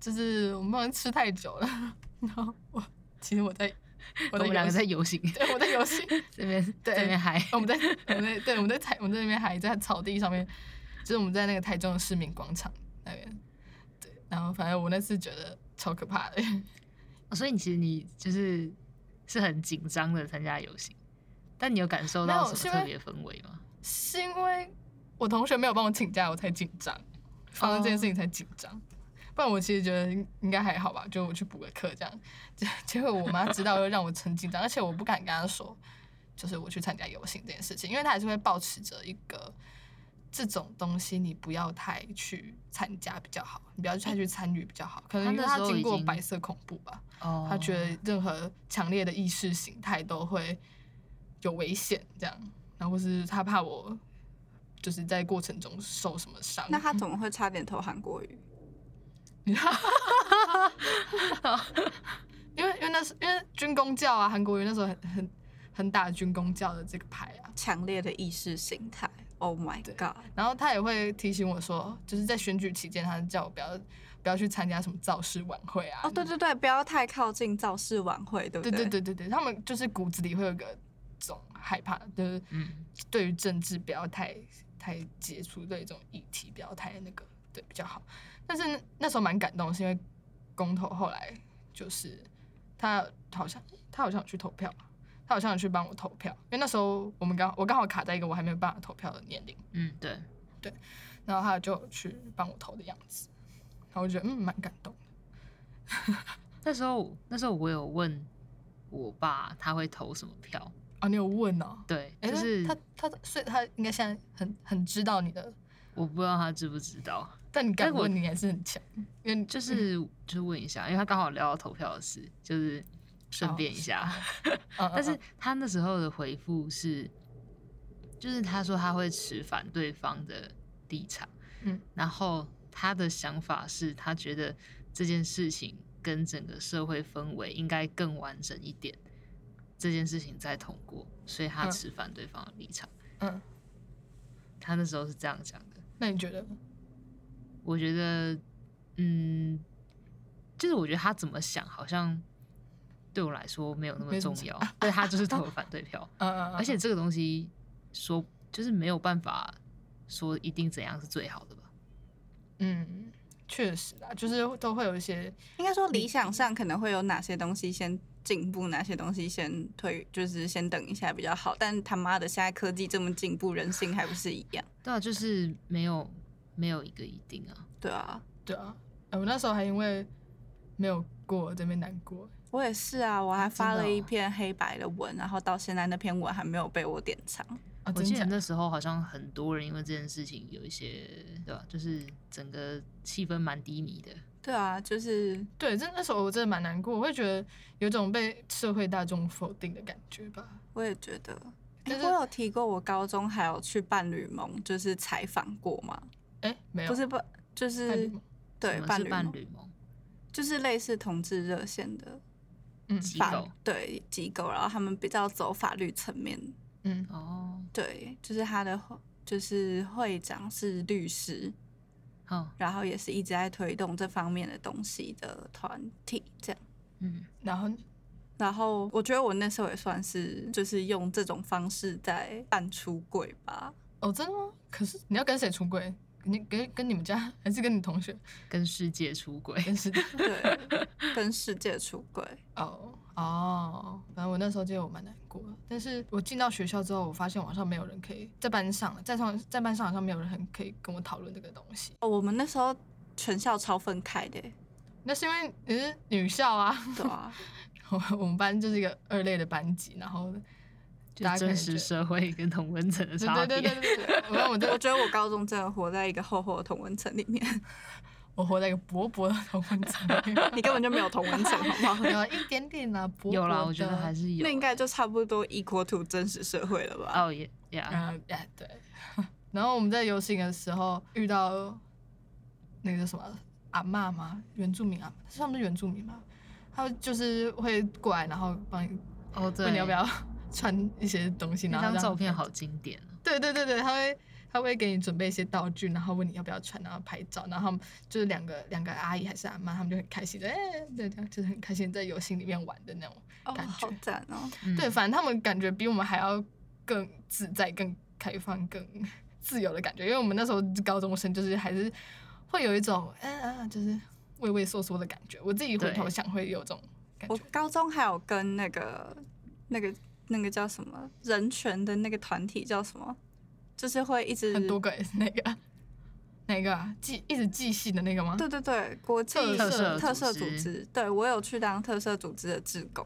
Speaker 1: 就是我们不小心吃太久了， 然后我其实我在
Speaker 3: 我
Speaker 1: 我在
Speaker 3: 们两个
Speaker 1: 游
Speaker 3: 在
Speaker 1: 戏，
Speaker 3: 游行，
Speaker 1: 对我在游戏，
Speaker 3: 这边
Speaker 1: 对
Speaker 3: 这边嗨，
Speaker 1: 我们在我们在对我们在台我们在那边还在草地上面，就是我们在那个台中的市民广场那边，对，然后反正我那次觉得超可怕的，
Speaker 3: 哦所以你其实你就是是很紧张的参加游行，但你有感受到
Speaker 1: 没有
Speaker 3: 什么
Speaker 1: 是因
Speaker 3: 特
Speaker 1: 为
Speaker 3: 别的氛围吗？
Speaker 1: 是因为我同学没有帮我请假，我才紧张，发生这件事情才紧张。不然我其实觉得应应该还好吧，就我去补个课这样， 结结果我妈知道又让我很紧张，而且我不敢跟她说，就是我去参加游行这件事情，因为她还是会保持着一个这种东西你不要太去参加比较好，你不要太去参与比较好，可能因为她
Speaker 3: 她那时候
Speaker 1: 经
Speaker 3: 已
Speaker 1: 过
Speaker 3: 经
Speaker 1: 白色恐怖吧，
Speaker 3: 哦
Speaker 1: 她觉得任何强烈的意识形态都会有危险这样，然后或是她怕我就是在过程中受什么伤，
Speaker 2: 那他怎么会差点投韩国语？
Speaker 1: 因为因为那是因为军工教啊，韩国瑜那时候很很很打军工教的这个牌啊，
Speaker 2: 强烈的意识形态，Oh my
Speaker 1: 对嗯
Speaker 2: god！
Speaker 1: 然后他也会提醒我说，就是在选举期间，他叫我不要不要去参加什么造势晚会啊。
Speaker 2: 哦，对对对，不要太靠近造势晚会，对
Speaker 1: 对
Speaker 2: 不对
Speaker 1: 对对对对，他们就是骨子里会有一个这种害怕，就是
Speaker 3: 嗯，
Speaker 1: 对于政治不要太太接触，对这种议题不要太那个，对比较好。但是那时候蛮感动，是因为公投后来就是他好像他好像有去投票吧，他好像有去帮我投票，因为那时候我们刚我刚好卡在一个我还没有办法投票的年龄，
Speaker 3: 嗯，对，
Speaker 1: 然后他就有去帮我投的样子，然后我就觉得嗯蛮感动的，
Speaker 3: 那时候那时候我有问我爸他会投什么票，
Speaker 1: 啊，你有问哦。
Speaker 3: 对，
Speaker 1: 诶
Speaker 3: 就
Speaker 1: 那
Speaker 3: 是
Speaker 1: 他他所以他应该现在很很知道你的，
Speaker 3: 我不知道他知不知道，
Speaker 1: 但你敢
Speaker 3: 但我
Speaker 1: 问你还是很强，因为你
Speaker 3: 就是
Speaker 1: 嗯
Speaker 3: 就是问一下，因为他刚好聊到投票的事，就是顺便一下。
Speaker 1: 哦 嗯嗯
Speaker 3: 但是
Speaker 1: 嗯
Speaker 3: 他那时候的回复是，就是他说他会持反对方的立场，
Speaker 1: 嗯，
Speaker 3: 然后他的想法是他觉得这件事情跟整个社会氛围应该更完整一点，这件事情再通过，所以他
Speaker 1: 嗯
Speaker 3: 持反对方的立场。
Speaker 1: 嗯，
Speaker 3: 他那时候是这样讲的，
Speaker 1: 那你觉得呢？
Speaker 3: 我觉得，嗯，就是我觉得他怎么想好像。对我来说没有那么
Speaker 1: 没什
Speaker 3: 重
Speaker 1: 么差
Speaker 3: 要，对他就是投了反对票。
Speaker 1: 嗯 嗯，嗯
Speaker 3: 而且这个东西说就是没有办法说一定怎样是最好的吧。
Speaker 1: 嗯，确实啦，就是都会有一些，
Speaker 2: 应该说理想上可能会有哪些东西先进步，哪些东西先退，就是先等一下比较好。但他妈的，现在科技这么进步，人性还不是一样？
Speaker 3: 对啊，就是没有没有一个一定啊。
Speaker 2: 对啊，
Speaker 1: 对啊，哎我那时候还因为没有过这边难过，
Speaker 2: 我也是啊，我还发
Speaker 3: 真的
Speaker 2: 了
Speaker 3: 哦
Speaker 2: 一篇黑白的文，然后到现在那篇文还没有被我典藏。
Speaker 1: 啊，
Speaker 3: 我
Speaker 1: 真
Speaker 3: 记得
Speaker 1: 假？
Speaker 3: 那时候好像很多人因为这件事情有一些对吧、就是整个气氛蛮低迷的。
Speaker 2: 对啊，就是
Speaker 1: 对，真那时候我真的蛮难过，我会觉得有种被社会大众否定的感觉吧。
Speaker 2: 我也觉得。诶
Speaker 1: 但是
Speaker 2: 我有提过，我高中还有去伴侣盟，就是采访过嘛，
Speaker 1: 哎、没有，
Speaker 2: 不是不
Speaker 1: 伴
Speaker 2: 就
Speaker 1: 侣
Speaker 2: 是
Speaker 1: 盟
Speaker 2: 对
Speaker 3: 什么
Speaker 2: 伴
Speaker 3: 是
Speaker 2: 侣
Speaker 3: 伴
Speaker 2: 盟，
Speaker 3: 侣盟？
Speaker 2: 就是类似同志热线的
Speaker 1: 嗯
Speaker 3: 机
Speaker 2: 法
Speaker 3: 构
Speaker 2: 对机构，然后他们比较走法律层面，
Speaker 1: 嗯，
Speaker 3: 哦，
Speaker 2: 对，就是他的就是会长是律师，
Speaker 3: 好，
Speaker 2: 然后也是一直在推动这方面的东西的团体这样。
Speaker 3: 嗯，
Speaker 1: 然后
Speaker 2: 然后我觉得我那时候也算是就是用这种方式在办出柜吧，
Speaker 1: 哦，真的吗？可是你要跟谁出轨？你跟跟你们家还是跟你同学？
Speaker 3: 跟世界 出轨。
Speaker 1: 跟是
Speaker 2: 对，跟世界出柜。
Speaker 1: 哦哦，反正我那时候记得我蛮难过的，但是我进到学校之后，我发现网上没有人可以在班上，在上在班上好像没有人很可以跟我讨论这个东西。
Speaker 2: 哦，我们那时候全校超分开的耶，欸
Speaker 1: 那是因为你是女校啊，
Speaker 2: 对啊，
Speaker 1: 我我们班就是一个二类的班级，然后
Speaker 3: 就
Speaker 1: 大家可
Speaker 3: 真
Speaker 1: 能
Speaker 3: 实
Speaker 1: 觉
Speaker 3: 社会跟同温层的
Speaker 1: 得
Speaker 3: 差别，
Speaker 1: 对对对对对对，我我
Speaker 2: 我
Speaker 1: 这
Speaker 2: 觉得我高中真的活在一个厚厚的同温层里面。，
Speaker 1: 我活在一个薄薄的同温层里 面
Speaker 2: 你根本就没有同温层，好 不好？
Speaker 1: 有一点点啦，薄薄
Speaker 3: 有啦，我觉得还
Speaker 1: 是
Speaker 3: 是有
Speaker 2: 那。应该就差不多 equal to 真实社会了吧？
Speaker 3: 哦也呀，
Speaker 1: 嗯，哎对。 然后我们在游行的时候遇到那个叫什么阿嬷吗？原住民啊，是他们是原住民吗？他就是会过来，然后帮你
Speaker 3: 哦对，
Speaker 1: 问你要不要穿一些东西，然
Speaker 3: 那
Speaker 1: 后
Speaker 3: 张
Speaker 1: 让
Speaker 3: 照片好经典哦。
Speaker 1: 对对对对，他会他会给你准备一些道具，然后问你要不要穿，然后拍照，然后他们就是两个两个阿姨还是阿妈，他们就很开心的，哎、对，这样就是很开心在游行里面玩的那种。
Speaker 2: 哦
Speaker 1: 感觉
Speaker 2: 好赞哦！
Speaker 3: 嗯
Speaker 1: 对，反正他们感觉比我们还要更自在、更开放、更 自由的感觉，因为我们那时候高中生就是还是会有一种，嗯、啊，就是畏畏缩缩的感觉。我自己回头
Speaker 3: 对
Speaker 1: 想会有这种感
Speaker 2: 我
Speaker 1: 觉，
Speaker 2: 高中还有跟那个那个那个叫什么人权的那个团体叫什么，就是会一直
Speaker 1: 很多个也是那个哪个啊记一直记戏的那个吗？
Speaker 2: 对对对，国际
Speaker 1: 特
Speaker 3: 色
Speaker 2: 特
Speaker 3: 特色
Speaker 2: 色组
Speaker 3: 组织
Speaker 2: 织，对我有去当特色组织的志工，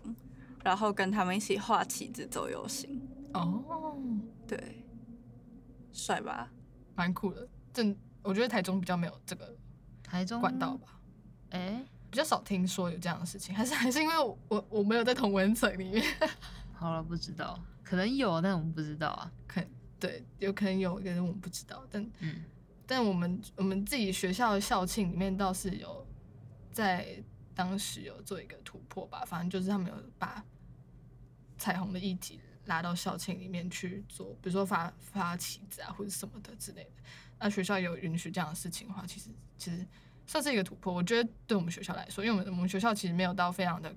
Speaker 2: 然后跟他们一起画旗子走游行，
Speaker 1: 哦，
Speaker 2: 对，帅吧？
Speaker 1: 蛮酷的。正我觉得台中比较没有这个
Speaker 3: 台中
Speaker 1: 管道吧。
Speaker 2: 哦
Speaker 3: 哎，
Speaker 1: 比较少听说有这样的事情，还是还是因为我我我没有在同文层里面，
Speaker 3: 好了，不知道，可能有，但我们不知道啊。
Speaker 1: 可对，有可能有，可能我们不知道，但
Speaker 3: 嗯，
Speaker 1: 但我们我们自己学校的校庆里面倒是有在当时有做一个突破吧，反正就是他们有把彩虹的议题拉到校庆里面去做，比如说发发旗子啊或者什么的之类的。那学校有允许这样的事情的话，其实其实算是一个突破。我觉得对我们学校来说，因为我们我们学校其实没有到非常的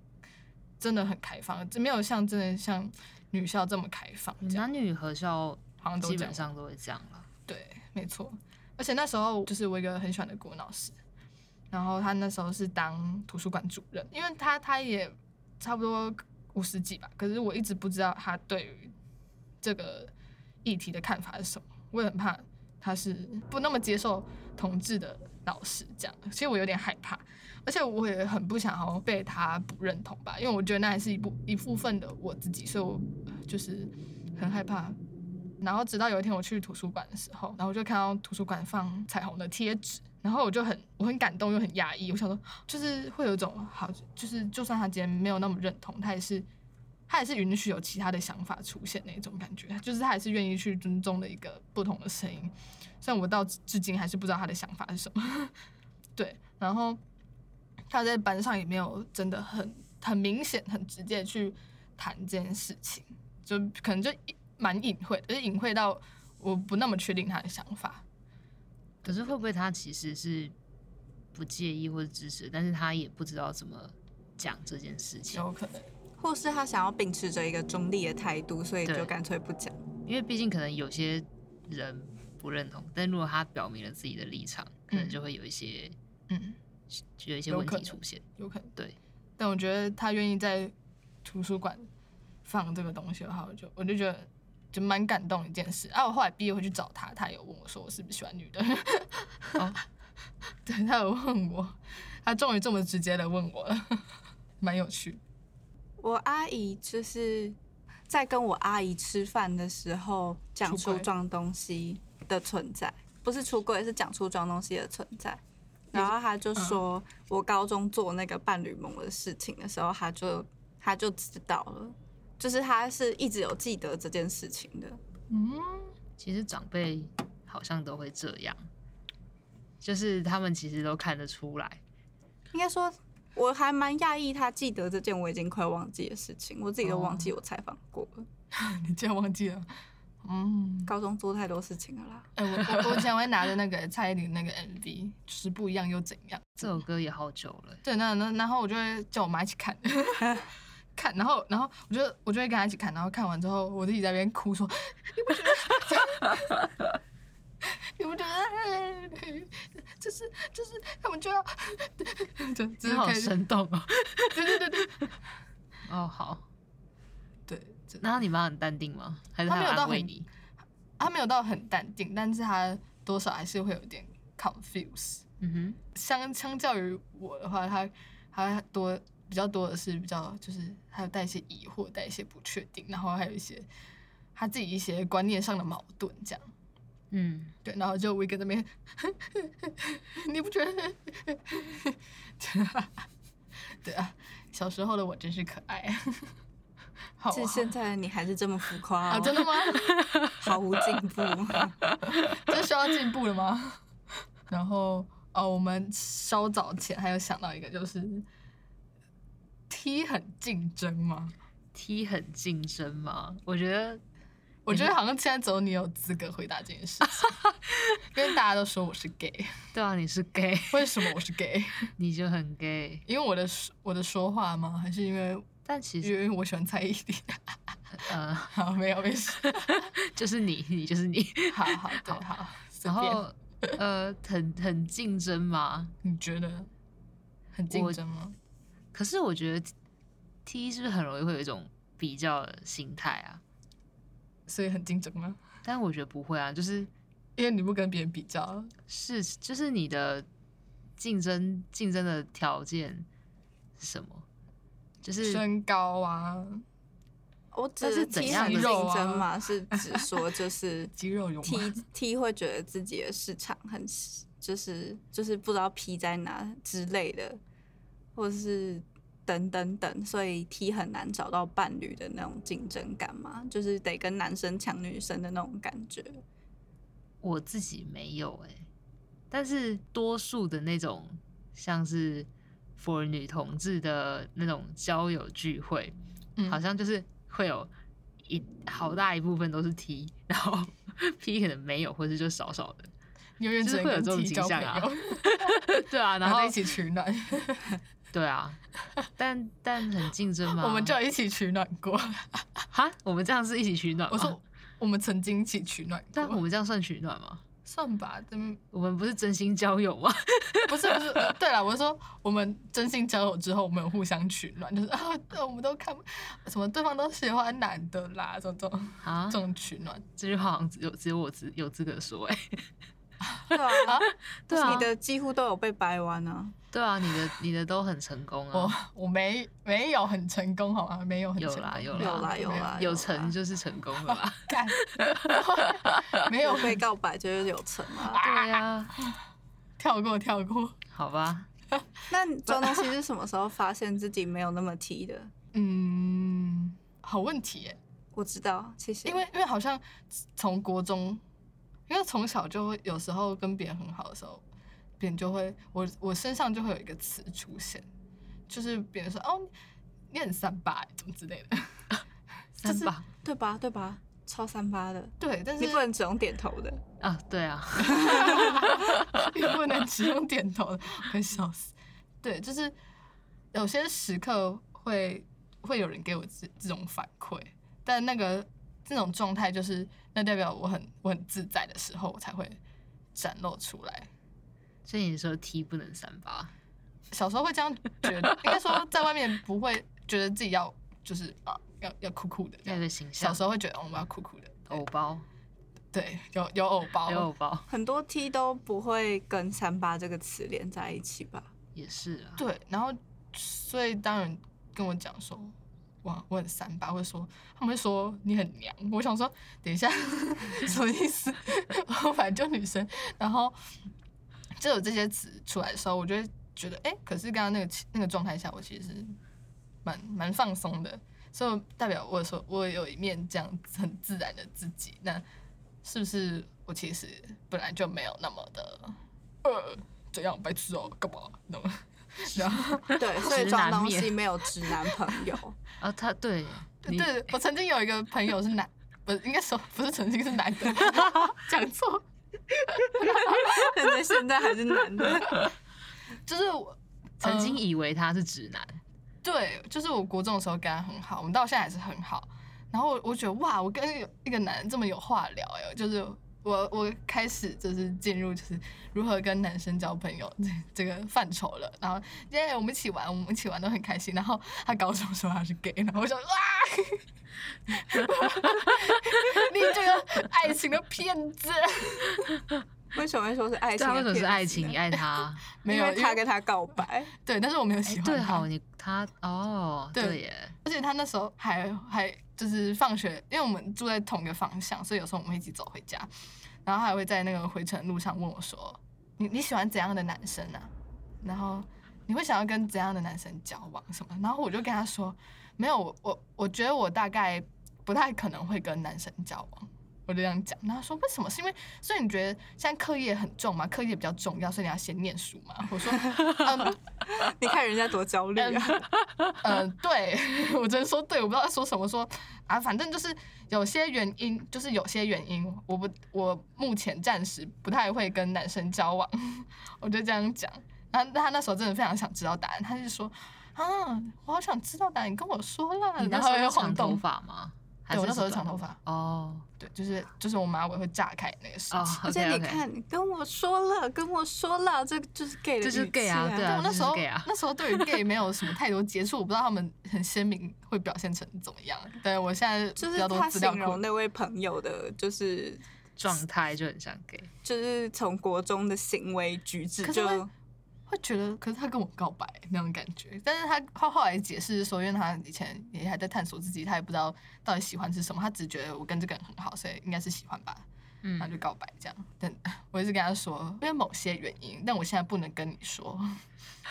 Speaker 1: 真的很开放，没有像真的像女校这么开放这样，
Speaker 3: 嗯男女合校
Speaker 1: 好像都
Speaker 3: 基
Speaker 1: 这样
Speaker 3: 本上都会这样了。
Speaker 1: 对，没错。而且那时候就是我一个很喜欢的国文老师，然后他那时候是当图书馆主任，因为他他也差不多五十几吧，可是我一直不知道他对于这个议题的看法是什么，我也很怕他是不那么接受同志的老师这样，其实我有点害怕，而且我也很不想要被他不认同吧，因为我觉得那还是一部一部分的我自己，所以我就是很害怕。然后直到有一天我去图书馆的时候，然后我就看到图书馆放彩虹的贴纸，然后我就很我很感动又很压抑，我想说就是会有一种好，就是就算他今天没有那么认同，他也是 他也是允许有其他的想法出现那种感觉，就是他也是愿意去尊重的一个不同的声音。虽然我到至今还是不知道他的想法是什么， 对，然后他在班上也没有真的很很明显、很直接地去谈这件事情，就可能就一蛮隐晦的，就是隐晦到我不那么确定他的想法。
Speaker 3: 可是会不会他其实是不介意或者支持，但是他也不知道怎么讲这件事情，
Speaker 1: 有可能，
Speaker 2: 或是他想要秉持着一个中立的态度，所以就
Speaker 3: 对
Speaker 2: 干脆不讲。
Speaker 3: 因为毕竟可能有些人不认同，但如果他表明了自己的立场，可能就会有一些
Speaker 1: 嗯，
Speaker 3: 就有一些
Speaker 1: 有
Speaker 3: 问
Speaker 1: 可
Speaker 3: 题
Speaker 1: 能
Speaker 3: 出现。
Speaker 1: 有可能。
Speaker 3: 对，
Speaker 1: 但我觉得他愿意在图书馆放这个东西的话，我就我就觉得就蛮感动的一件事。啊，我后来毕业回去找他，他有问我说我是不是喜欢女的，
Speaker 3: 哦，
Speaker 1: 对他有问我，他终于这么直接的问我了，蛮有趣。
Speaker 2: 我阿姨就是在跟我阿姨吃饭的时候讲
Speaker 1: 出
Speaker 2: 出
Speaker 1: 柜
Speaker 2: 装东西的存在，不是出柜，是讲出装东西的存在。然后她
Speaker 1: 嗯
Speaker 2: 就说，我高中做那个伴侣梦的事情的时候，她就她就知道了，就是她是一直有记得这件事情的。
Speaker 1: 嗯，
Speaker 3: 其实长辈好像都会这样，就是他们其实都看得出来。
Speaker 2: 应该说，我还蛮讶异她记得这件我已经快忘记的事情，我自己都忘
Speaker 1: 哦
Speaker 2: 记我采访过了。
Speaker 1: 你竟然忘记了？嗯，
Speaker 2: 高中做太多事情了啦。
Speaker 1: 哎、我我我以前会拿着那个蔡依林那个 MV，就是不一样又怎样？
Speaker 3: 这首歌也好久了，
Speaker 1: 对，那那然后我就会叫我妈一起 看，看，然后然后我就我就会跟她一起看，然后看完之后我自己在那边哭说， 你不觉得？你不觉得？就是就是他们就 要，就就
Speaker 3: 真
Speaker 1: 是
Speaker 3: 好
Speaker 1: 开始，
Speaker 3: 生动哦。
Speaker 1: 对对对对
Speaker 3: 哦，好，
Speaker 1: 对，就
Speaker 3: 然后你妈很淡定吗？还是
Speaker 1: 她没有到
Speaker 3: 安慰
Speaker 1: 很
Speaker 3: 你？
Speaker 1: 她没有到很淡定，但是她多少还是会有点 confuse。
Speaker 3: 嗯
Speaker 1: 相相较于我的话，他他多比较多的是比较就是还有带一些疑惑，带一些不确定，然后还有一些他自己一些观念上的矛盾这样。
Speaker 3: 哼，嗯，
Speaker 1: 对，然后就 w i g 那边， 你不觉得？ 啊对啊，小时候的我真是可爱， 好
Speaker 2: 至现在你还是这么浮夸、哦
Speaker 1: 啊，哦真的吗？
Speaker 2: 毫无进步。
Speaker 1: 这需要进步了吗？ 然后哦，我们稍早前还有想到一个，就是 T 很竞争吗？
Speaker 3: 踢很竞争吗？我觉得
Speaker 1: 我觉得好像现在只有你有资格回答这件事 情，因为大家都说我是 gay，
Speaker 3: 对啊，你是 gay，
Speaker 1: 为什么我是 gay？
Speaker 3: 你就很 gay，
Speaker 1: 因为我的我的说话吗？还是因为
Speaker 3: 但其
Speaker 1: 因
Speaker 3: 实
Speaker 1: 为我喜欢蔡依林？
Speaker 3: 呃，
Speaker 1: 好，没有没事，
Speaker 3: 就是你，你就是你。
Speaker 1: 好好对好，随
Speaker 3: 然
Speaker 1: 便。
Speaker 3: 后呃，很很竞争嘛。
Speaker 1: 你觉得很竞
Speaker 3: 我
Speaker 1: 争吗？
Speaker 3: 可是我觉得 T E 是不是很容易会有一种比较的心态啊？
Speaker 1: 所以很竞争吗？
Speaker 3: 但我觉得不会啊，就是
Speaker 1: 因为你不跟别人比较，
Speaker 3: 是就是你的竞争竞争的条件是什么？就是
Speaker 1: 身高啊、
Speaker 2: 我
Speaker 3: 那
Speaker 2: 只
Speaker 3: 是怎
Speaker 2: 踢
Speaker 3: 样
Speaker 2: 很
Speaker 3: 的
Speaker 2: 竞
Speaker 1: 肉啊
Speaker 2: 争嘛，是指 说就是
Speaker 1: 肌肉有
Speaker 2: 踢
Speaker 1: 吗？
Speaker 2: 踢会觉得自己的市场很就是就是不知道 P 在哪之类的，或是等等等，所以 T 很难找到伴侣的那种竞争感嘛，就是得跟男生抢女生的那种感觉。
Speaker 3: 我自己没有哎、但是多数的那种像是 for 女同志的那种交友聚会，
Speaker 1: 嗯
Speaker 3: 好像就是会有一好大一部分都是 T，然 E，后 P E 可能没有，或者就少少的，
Speaker 1: 永远只能跟
Speaker 3: 就是会有
Speaker 1: T
Speaker 3: 这
Speaker 1: 交
Speaker 3: 种倾
Speaker 1: 朋
Speaker 3: 向啊
Speaker 1: 友，
Speaker 3: 对啊， 然
Speaker 1: 然
Speaker 3: 后
Speaker 1: 后一起取 暖。
Speaker 3: 对啊，但但很竞争 嘛，
Speaker 1: 我们就一起取暖 过。
Speaker 3: 哈，我们这样是一起取暖吗？
Speaker 1: 我说，我们曾经一起取暖
Speaker 3: 哦但我
Speaker 1: 过，
Speaker 3: 们这样算取暖吗？
Speaker 1: 算吧，嗯，
Speaker 3: 我们不是真心交友吗？
Speaker 1: 不是不是，呃对了，我说我们真心交友之后，我们有互相取暖，就是 啊，对我们都看什么对方都喜欢 男的啦，这种这种
Speaker 3: 啊
Speaker 1: 这，种取暖
Speaker 3: 这句话好像只有只有我资有资格说哎、
Speaker 2: 对啊，
Speaker 1: 啊，
Speaker 3: 对啊
Speaker 2: 你，的几乎都有被掰弯啊。
Speaker 3: 对啊，你的你的都很成功
Speaker 1: 我
Speaker 3: 啊，
Speaker 1: 我没没有很成功，好吗？没有很
Speaker 3: 有
Speaker 1: 成
Speaker 3: 啦
Speaker 1: 功，
Speaker 3: 有
Speaker 1: 没
Speaker 2: 有啦有
Speaker 1: 没
Speaker 2: 啦，
Speaker 3: 有
Speaker 2: 啦
Speaker 3: 成就是成功了 啦。
Speaker 1: 干，没有
Speaker 2: 有被告白就是有成 啊。
Speaker 3: 对啊，
Speaker 1: 跳过跳过。
Speaker 3: 好吧，
Speaker 2: 那庄东西是什么时候发现自己没有那么 T 的？
Speaker 1: 嗯，好问题耶，
Speaker 2: 我知道，谢谢。
Speaker 1: 因为因为好像从国中，因为从小就会有时候跟别人很好的时候，别人就会我我身上就会有一个词出现，就是别人说哦你很三八耶怎么之类的，
Speaker 3: 三
Speaker 1: 是
Speaker 3: 把
Speaker 2: 对吧？对吧？超三八的，
Speaker 1: 对，但是
Speaker 2: 你不能只用点头的。
Speaker 3: 啊，对啊，
Speaker 1: 你不能只用点头，会笑死。对，就是有些时刻会会有人给我这这种反馈，但那个这种状态就是那代表我很我很自在的时候，我才会展露出来。
Speaker 3: 所以你说 T 不能三八，
Speaker 1: 小时候会这样觉 得，应该说在外面不会觉得自己要就是啊要要酷酷的这
Speaker 3: 要
Speaker 1: 样
Speaker 3: 有个。形象，
Speaker 1: 小时候会觉得、哦、我要酷酷的，
Speaker 3: 偶包，
Speaker 1: 对，有有偶包，
Speaker 3: 有偶包
Speaker 2: 很多 T 都不会跟“三八”这个词连在一起吧？
Speaker 3: 也是啊，
Speaker 1: 对，然后所以当然跟我讲说，哇，我很三八，会说他们会说你很娘，我想说等一下 什么意思？ 我反正就女生，然后就有这些词出来的时候，我就会觉得，哎、可是刚刚那个气那个状态下，我其实是蛮蛮放松的，所以代表我说我有一面这样子很自然的自己，那是不是我其实本来就没有那么的呃怎样白痴哦、干嘛？你懂吗？然后，
Speaker 2: 对，所以
Speaker 3: 直
Speaker 2: 庄
Speaker 3: 男
Speaker 2: 东
Speaker 3: 面
Speaker 2: 西没有直男朋友，
Speaker 3: 啊，他对你
Speaker 1: 对我曾经有一个朋友是男，不是应该说不是曾经是男的，讲错，
Speaker 2: 但是现在还是男的。
Speaker 1: 就是我
Speaker 3: 曾经
Speaker 1: 呃
Speaker 3: 以为他是直男，
Speaker 1: 对，就是我国中的时候跟他很好，我们到现在还是很好。然后我我觉得哇，我跟一个男人这么有话聊哎、就是我我开始就是进入就是如何跟男生交朋友这这个范畴了。然后耶我们一起玩，我们一起玩都很开心。然后他高中说他是 gay，然后我想哇， 你这个爱情的骗子，
Speaker 2: 为什么会说是爱
Speaker 3: 对
Speaker 2: 情
Speaker 3: 啊，
Speaker 2: 的
Speaker 3: 为
Speaker 2: 骗子呢？
Speaker 3: 什么是爱情？你爱他？
Speaker 1: 没
Speaker 2: 因
Speaker 1: 有
Speaker 2: 为他
Speaker 1: 因为
Speaker 2: 跟他告白，
Speaker 1: 对，但是我没有
Speaker 3: 哎
Speaker 1: 喜欢他。
Speaker 3: 对好，你他哦，
Speaker 1: 对
Speaker 3: 对耶，
Speaker 1: 而且他那时候还还就是放学，因为我们住在同一个方向，所以有时候我们会一起走回家。然后他还会在那个回程路上问我说：“你你喜欢怎样的男生啊？然后你会想要跟怎样的男生交往什么？”然后我就跟他说：“没有，我我我觉得我大概不太可能会跟男生交往。”我就这样讲，然后他说为什么？是因为所以你觉得现在课业很重吗？课业比较重要，所以你要先念书吗？我说，嗯，
Speaker 2: 你看人家多焦虑啊！
Speaker 1: 呃，对 我只能说对，我不知道他说什么说啊，反正就是有些原因，就是有些原因，我不，我目前暂时不太会跟男生交往， 我就这样讲。然后他那时候真的非常想知道答案，他就说啊，我好想知道答案，你跟我说啦。
Speaker 3: 你那
Speaker 1: 然
Speaker 3: 时
Speaker 1: 后
Speaker 3: 候
Speaker 1: 又
Speaker 3: 有
Speaker 1: 晃
Speaker 3: 长头
Speaker 1: 动，
Speaker 3: 发吗？还
Speaker 1: 对我
Speaker 3: 是
Speaker 1: 那时候
Speaker 3: 是
Speaker 1: 是长
Speaker 3: 短
Speaker 1: 头发，
Speaker 3: 哦
Speaker 1: 对，就是就是我马尾会炸开那个事情。
Speaker 3: 哦，
Speaker 2: 而且
Speaker 3: OK，OK
Speaker 2: 你，看，你跟我说了，跟我说了，这就是 gay 的
Speaker 3: 这就是
Speaker 2: 语
Speaker 3: gay
Speaker 2: 气
Speaker 3: 啊对啊
Speaker 1: 我那
Speaker 3: 就是
Speaker 1: 时候
Speaker 3: gay 啊
Speaker 1: 那时候对于 gay 没有什么太多接触，我不知道他们很鲜明会表现成怎么样。对我现在
Speaker 2: 就
Speaker 1: 比
Speaker 2: 是
Speaker 1: 较
Speaker 2: 他
Speaker 1: 多资料
Speaker 2: 形容
Speaker 1: 库，
Speaker 2: 那位朋友的，就是
Speaker 3: 状态就很像 gay，
Speaker 2: 就是从国中的行为举止
Speaker 1: 可是
Speaker 2: 就
Speaker 1: 会会觉得可是他跟我告白那种感觉。但是他他后来解释说，因为他以前也还在探索自己，他也不知道到底喜欢是什么，他只觉得我跟这个人很好，所以应该是喜欢吧。
Speaker 3: 嗯
Speaker 1: 然后就告白这样，但我一直跟他说，因为某些原因，但我现在不能跟你说，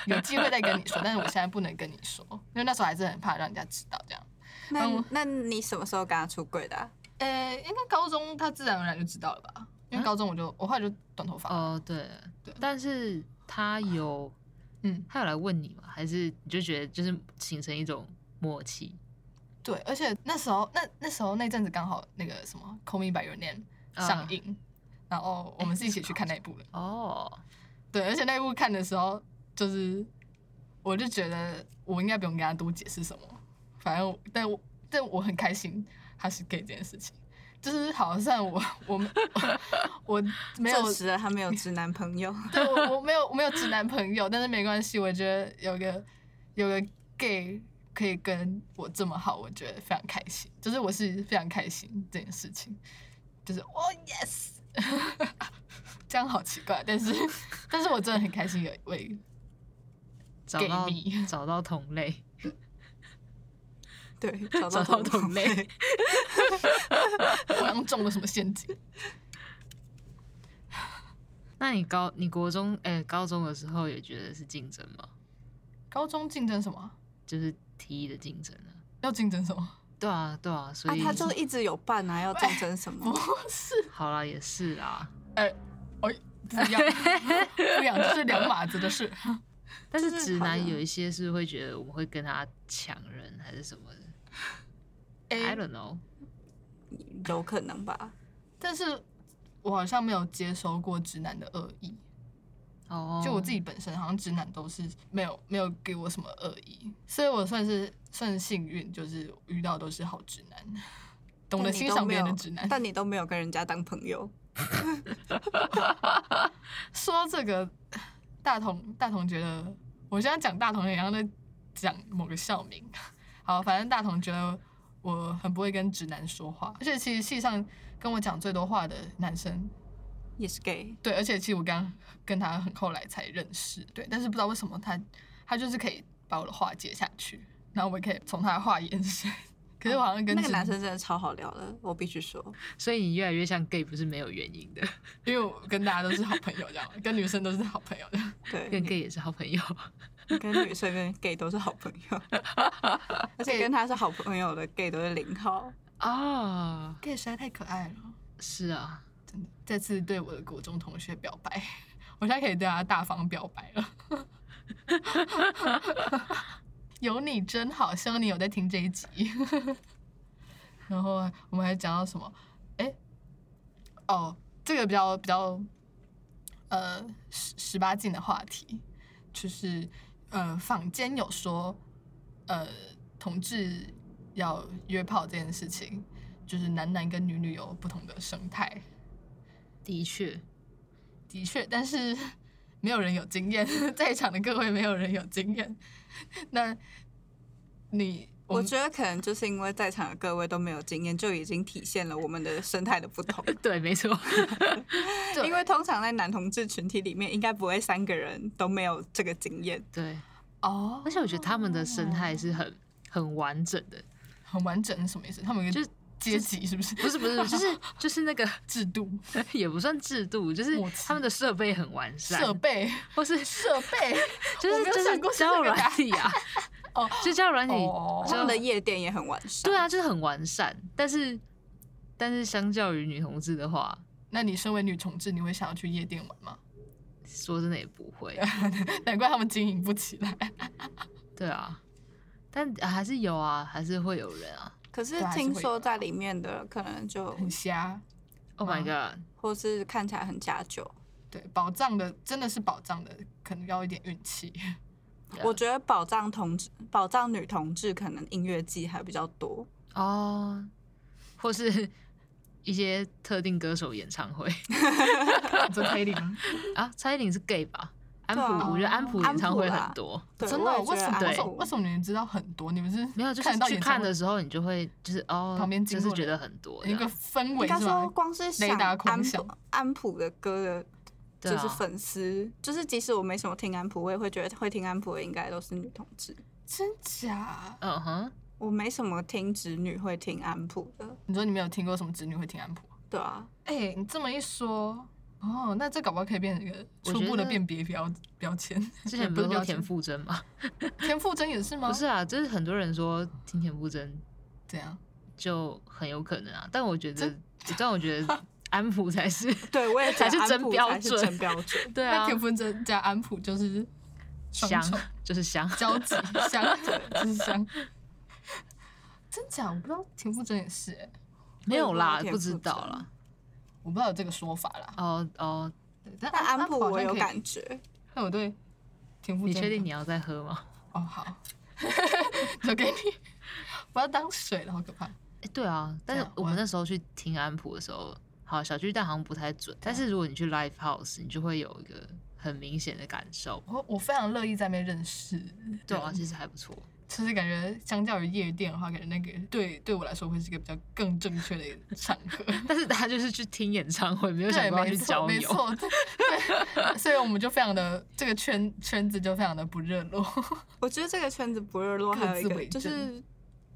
Speaker 1: 有机会再跟你说，但是我现在不能跟你说，因为那时候还是很怕让人家知道这样。
Speaker 2: 那
Speaker 1: 嗯
Speaker 2: 那你什么时候跟他出轨的啊、
Speaker 1: 呃，应该高中他自然而然就知道了吧？因为
Speaker 3: 啊
Speaker 1: 高中我就我后来就短头发，
Speaker 3: 哦，对
Speaker 1: 对，
Speaker 3: 但是他有，
Speaker 1: 嗯，
Speaker 3: 他有来问你吗？还是你就觉得就是形成一种默契？
Speaker 1: 对，而且那时候那那时候那阵子刚好那个什么《Call Me by Your Name》上映，然后我们是一起去看那一部的。
Speaker 3: 哦，
Speaker 1: 对，而且那一部看的时候，就是我就觉得我应该不用跟他多解释什么，反正我但我但我很开心他是 gay 这件事情，就是好像我我没 我没有
Speaker 2: 证实了他没有直男朋友，
Speaker 1: 对我我没有我没有直男朋友，但是没关系，我觉得有个有个 gay 可以跟我这么好，我觉得非常开心，就是我是非常开心这件事情，就是哦 yes，这样好奇怪，但是但是我真的很开心有一位，
Speaker 3: 找
Speaker 1: gay
Speaker 3: 到
Speaker 1: 蜜
Speaker 3: 找到同类，
Speaker 2: 对，找
Speaker 3: 找
Speaker 2: 到
Speaker 3: 到
Speaker 2: 同
Speaker 3: 同类，
Speaker 1: 我好像中了什么陷阱。
Speaker 3: 那你高你国中哎、高中的时候也觉得是竞争吗？
Speaker 1: 高中竞争什么？
Speaker 3: 就是体育的竞争啊？
Speaker 1: 要竞争什么？
Speaker 3: 对啊对啊，所
Speaker 2: 啊，
Speaker 3: 以、
Speaker 2: 他就一直有伴啊，要竞争什么
Speaker 1: 不？是，
Speaker 3: 好啦，也是啦。
Speaker 1: 不一样，不一样，这是两码子的事。
Speaker 3: 但
Speaker 2: 就是是
Speaker 3: 直
Speaker 2: 好
Speaker 3: 男
Speaker 2: 像
Speaker 3: 有一些是会觉得我们会跟他抢人还是什么的、i
Speaker 1: 哎
Speaker 3: don't know。
Speaker 2: 有可能吧？
Speaker 1: 但是我好像没有接收过直男的恶意。
Speaker 3: 哦，
Speaker 1: 就我自己本身，好像直男都是没有没有给我什么恶意，所以我算是算幸运，就是遇到都是好直男，懂得
Speaker 2: 但你
Speaker 1: 欣
Speaker 2: 都
Speaker 1: 赏
Speaker 2: 没
Speaker 1: 别人的
Speaker 2: 有
Speaker 1: 直男。
Speaker 2: 但你都没有跟人家当朋友，
Speaker 1: 说到这个，大同大同觉得，我现在讲大同，然后在讲某个校名。好，反正大同觉得我很不会跟直男说话，而且其实系上跟我讲最多话的男生
Speaker 2: 也是 gay。
Speaker 1: 对，而且其实我刚跟他很后来才认识，对，但是不知道为什么他他就是可以把我的话接下去，然后我也可以从他的话延伸。可是我好像跟
Speaker 2: 哦那个
Speaker 1: 直
Speaker 2: 男生，真的超好聊的，我必须说，
Speaker 3: 所以你越来越像 gay，不是没有原因的，
Speaker 1: 因为我跟大家都是好朋友，这样，跟女生都是好朋友这样。
Speaker 2: 对，
Speaker 3: 跟 gay 也是好朋友。
Speaker 2: 你跟女生跟 gay 都是好朋 友，而且跟他是好朋友的 gay 都是零号。
Speaker 1: 嗯
Speaker 3: 啊，
Speaker 1: gay 实在太可爱了，
Speaker 3: 是啊，
Speaker 1: 真的。再次对我的国中同学表白， 我现在可以对他大方表白了。 有你真好，希望你有在听这一集。 然后我们还讲到什么？哎，哦，这个比较比较，呃，十十八禁的话题，就是呃，坊间有说，呃，同志要约炮这件事情，就是男男跟女女有不同的生态，
Speaker 3: 的确，
Speaker 1: 的确，但是 没有人有经验， 在场的各位没有人有经验。 那你，我
Speaker 2: 我
Speaker 1: 们
Speaker 2: 觉得可能就是因为在场的各位都没有经验，就已经体现了我们的生态的不同。
Speaker 3: 对，没错，
Speaker 1: 对
Speaker 2: 因为通常在男同志群体里面，应该不会三个人都没有这个经验。
Speaker 3: 对。
Speaker 1: 哦，
Speaker 2: 哦
Speaker 3: 而且我觉得他们的生态是很很完整的，
Speaker 1: 很完整是什么意思？他们有一个
Speaker 3: 就是
Speaker 1: 阶级是不是？
Speaker 3: 不是不是，就是 就是那个
Speaker 1: 制度、
Speaker 3: 也不算制度，就是
Speaker 1: 默契
Speaker 3: 他们的设备很完善，
Speaker 1: 设备、
Speaker 3: 或是
Speaker 1: 设 备
Speaker 3: 就
Speaker 1: 我
Speaker 3: 是
Speaker 1: 没有
Speaker 3: 就是
Speaker 1: 想过是
Speaker 3: 交友
Speaker 1: 这个答
Speaker 3: 软体啊，
Speaker 1: 哦
Speaker 3: 就交友软体，
Speaker 1: 哦
Speaker 2: 他们的夜店也很完善。
Speaker 3: 对，啊，就是很完善，但是但是相较于女同志的话，
Speaker 1: 那你身为女同志，你会想要去夜店玩吗？
Speaker 3: 说真的也不会，
Speaker 1: 难怪他们经营不起来。
Speaker 3: 对啊，但啊还是有啊，还是会有人啊。
Speaker 2: 可是
Speaker 1: 对还是
Speaker 2: 听
Speaker 1: 会
Speaker 2: 说
Speaker 1: 有
Speaker 2: 在里面的可能就
Speaker 1: 很瞎。
Speaker 3: Oh my
Speaker 1: 嗯
Speaker 3: god，
Speaker 2: 或是看起来很假酒。
Speaker 1: 对，宝藏的真的是宝藏的，可能要一点运 气。
Speaker 3: Yeah
Speaker 2: 我觉得宝藏同志、宝藏女同志可能音乐季还比较多。
Speaker 3: 哦，或是 一些特定歌手演唱会
Speaker 1: 这推理吗？
Speaker 3: 啊，蔡依林是 gay 吧？安
Speaker 2: 对啊
Speaker 3: 普，我觉得安普
Speaker 2: 安
Speaker 3: 演唱
Speaker 2: 普
Speaker 3: 会
Speaker 2: 啦
Speaker 3: 很多，
Speaker 2: 对，
Speaker 1: 真的
Speaker 2: 我
Speaker 1: 哦？
Speaker 2: 也觉
Speaker 1: 为
Speaker 2: 得
Speaker 1: 什么？
Speaker 3: 对
Speaker 1: 为
Speaker 2: 安
Speaker 1: 什么？
Speaker 2: 普
Speaker 1: 为什么你们知道很多？你们是
Speaker 3: 没有，就是
Speaker 1: 看得到
Speaker 3: 去
Speaker 1: 演唱
Speaker 3: 看
Speaker 1: 会
Speaker 3: 的时候，你就会就是哦，
Speaker 1: 旁边经
Speaker 3: 就是
Speaker 1: 过
Speaker 3: 觉
Speaker 1: 的
Speaker 3: 得很多
Speaker 1: 一
Speaker 3: 这
Speaker 1: 个
Speaker 3: 样
Speaker 1: 氛
Speaker 2: 应
Speaker 1: 围
Speaker 2: 该
Speaker 1: 是
Speaker 2: 说
Speaker 1: 吧？
Speaker 2: 光是
Speaker 1: 雷
Speaker 2: 想
Speaker 1: 达狂
Speaker 2: 安
Speaker 1: 响
Speaker 2: 普安普的歌的，
Speaker 3: 对
Speaker 2: 就是
Speaker 3: 啊
Speaker 2: 粉丝，就是即使我没什么听安普，我也会觉得会听安普的应该都是女同志。
Speaker 1: 真假？
Speaker 3: 嗯哼，
Speaker 2: 我没什么听直女会听安普的，
Speaker 1: 你说你没有听过什么侄女会听安普？
Speaker 2: 对啊，
Speaker 1: 哎、你这么一说，哦，那这搞不好可以变成一个
Speaker 3: 我
Speaker 1: 初
Speaker 3: 觉
Speaker 1: 步的
Speaker 3: 得
Speaker 1: 辨别标标签。
Speaker 3: 之前
Speaker 1: 不
Speaker 3: 不
Speaker 1: 是
Speaker 3: 是
Speaker 1: 标
Speaker 3: 说
Speaker 1: 签
Speaker 3: 田馥甄吗？
Speaker 1: 田馥甄也是吗？
Speaker 3: 不是啊，就是很多人说听田馥甄
Speaker 1: 这样，
Speaker 3: 就很有可能啊，但我觉得
Speaker 1: 真，
Speaker 3: 但我觉 得安普才是，
Speaker 2: 对我也觉
Speaker 3: 才
Speaker 2: 得
Speaker 3: 是
Speaker 2: 安
Speaker 3: 真
Speaker 2: 普
Speaker 3: 标
Speaker 2: 才是
Speaker 3: 准
Speaker 2: 真标 准。
Speaker 3: 对
Speaker 1: 那
Speaker 3: 啊，
Speaker 1: 田馥甄加安普就是双
Speaker 3: 香
Speaker 1: 重
Speaker 3: 就是香，
Speaker 1: 交集香，就是香。真假？我不知道田馥甄也是、欸，
Speaker 3: 没有啦，
Speaker 2: 田
Speaker 3: 不知
Speaker 2: 馥
Speaker 3: 道
Speaker 2: 甄
Speaker 3: 啦。
Speaker 1: 我不知道有这个说法啦。
Speaker 3: 哦哦，
Speaker 1: 对但
Speaker 2: 但安普
Speaker 1: 好像
Speaker 2: 我有
Speaker 1: 可以，
Speaker 2: 感觉，
Speaker 1: 但我对田馥甄，
Speaker 3: 你确定你？要再喝吗？
Speaker 1: 哦，好， 留给你。我要当水了，好可怕。
Speaker 3: 哎，对啊，但
Speaker 1: 这
Speaker 3: 是
Speaker 1: 样
Speaker 3: 我们
Speaker 1: 我
Speaker 3: 那时候去听安普的时候，好小巨蛋好像不太准，但是如果你去 live house，你就会有一个很明显的感受。
Speaker 1: 我我非常乐意在那边认识。
Speaker 3: 对啊，其实还不错。
Speaker 1: 就是感觉相较于夜店的话，感觉那个对对我来说会是一个比较更正确的一个场 合。
Speaker 3: 但是他就是去听演唱会，没有想
Speaker 1: 对，
Speaker 3: 过要
Speaker 1: 没
Speaker 3: 去
Speaker 1: 错，
Speaker 3: 交
Speaker 1: 没
Speaker 3: 友。
Speaker 1: 错，对，对所以我们就非常的这个圈圈子就非常的不热 络。
Speaker 2: 我觉得这个圈子不热络，
Speaker 1: 各
Speaker 2: 还有一
Speaker 1: 自
Speaker 2: 个
Speaker 1: 为
Speaker 2: 就是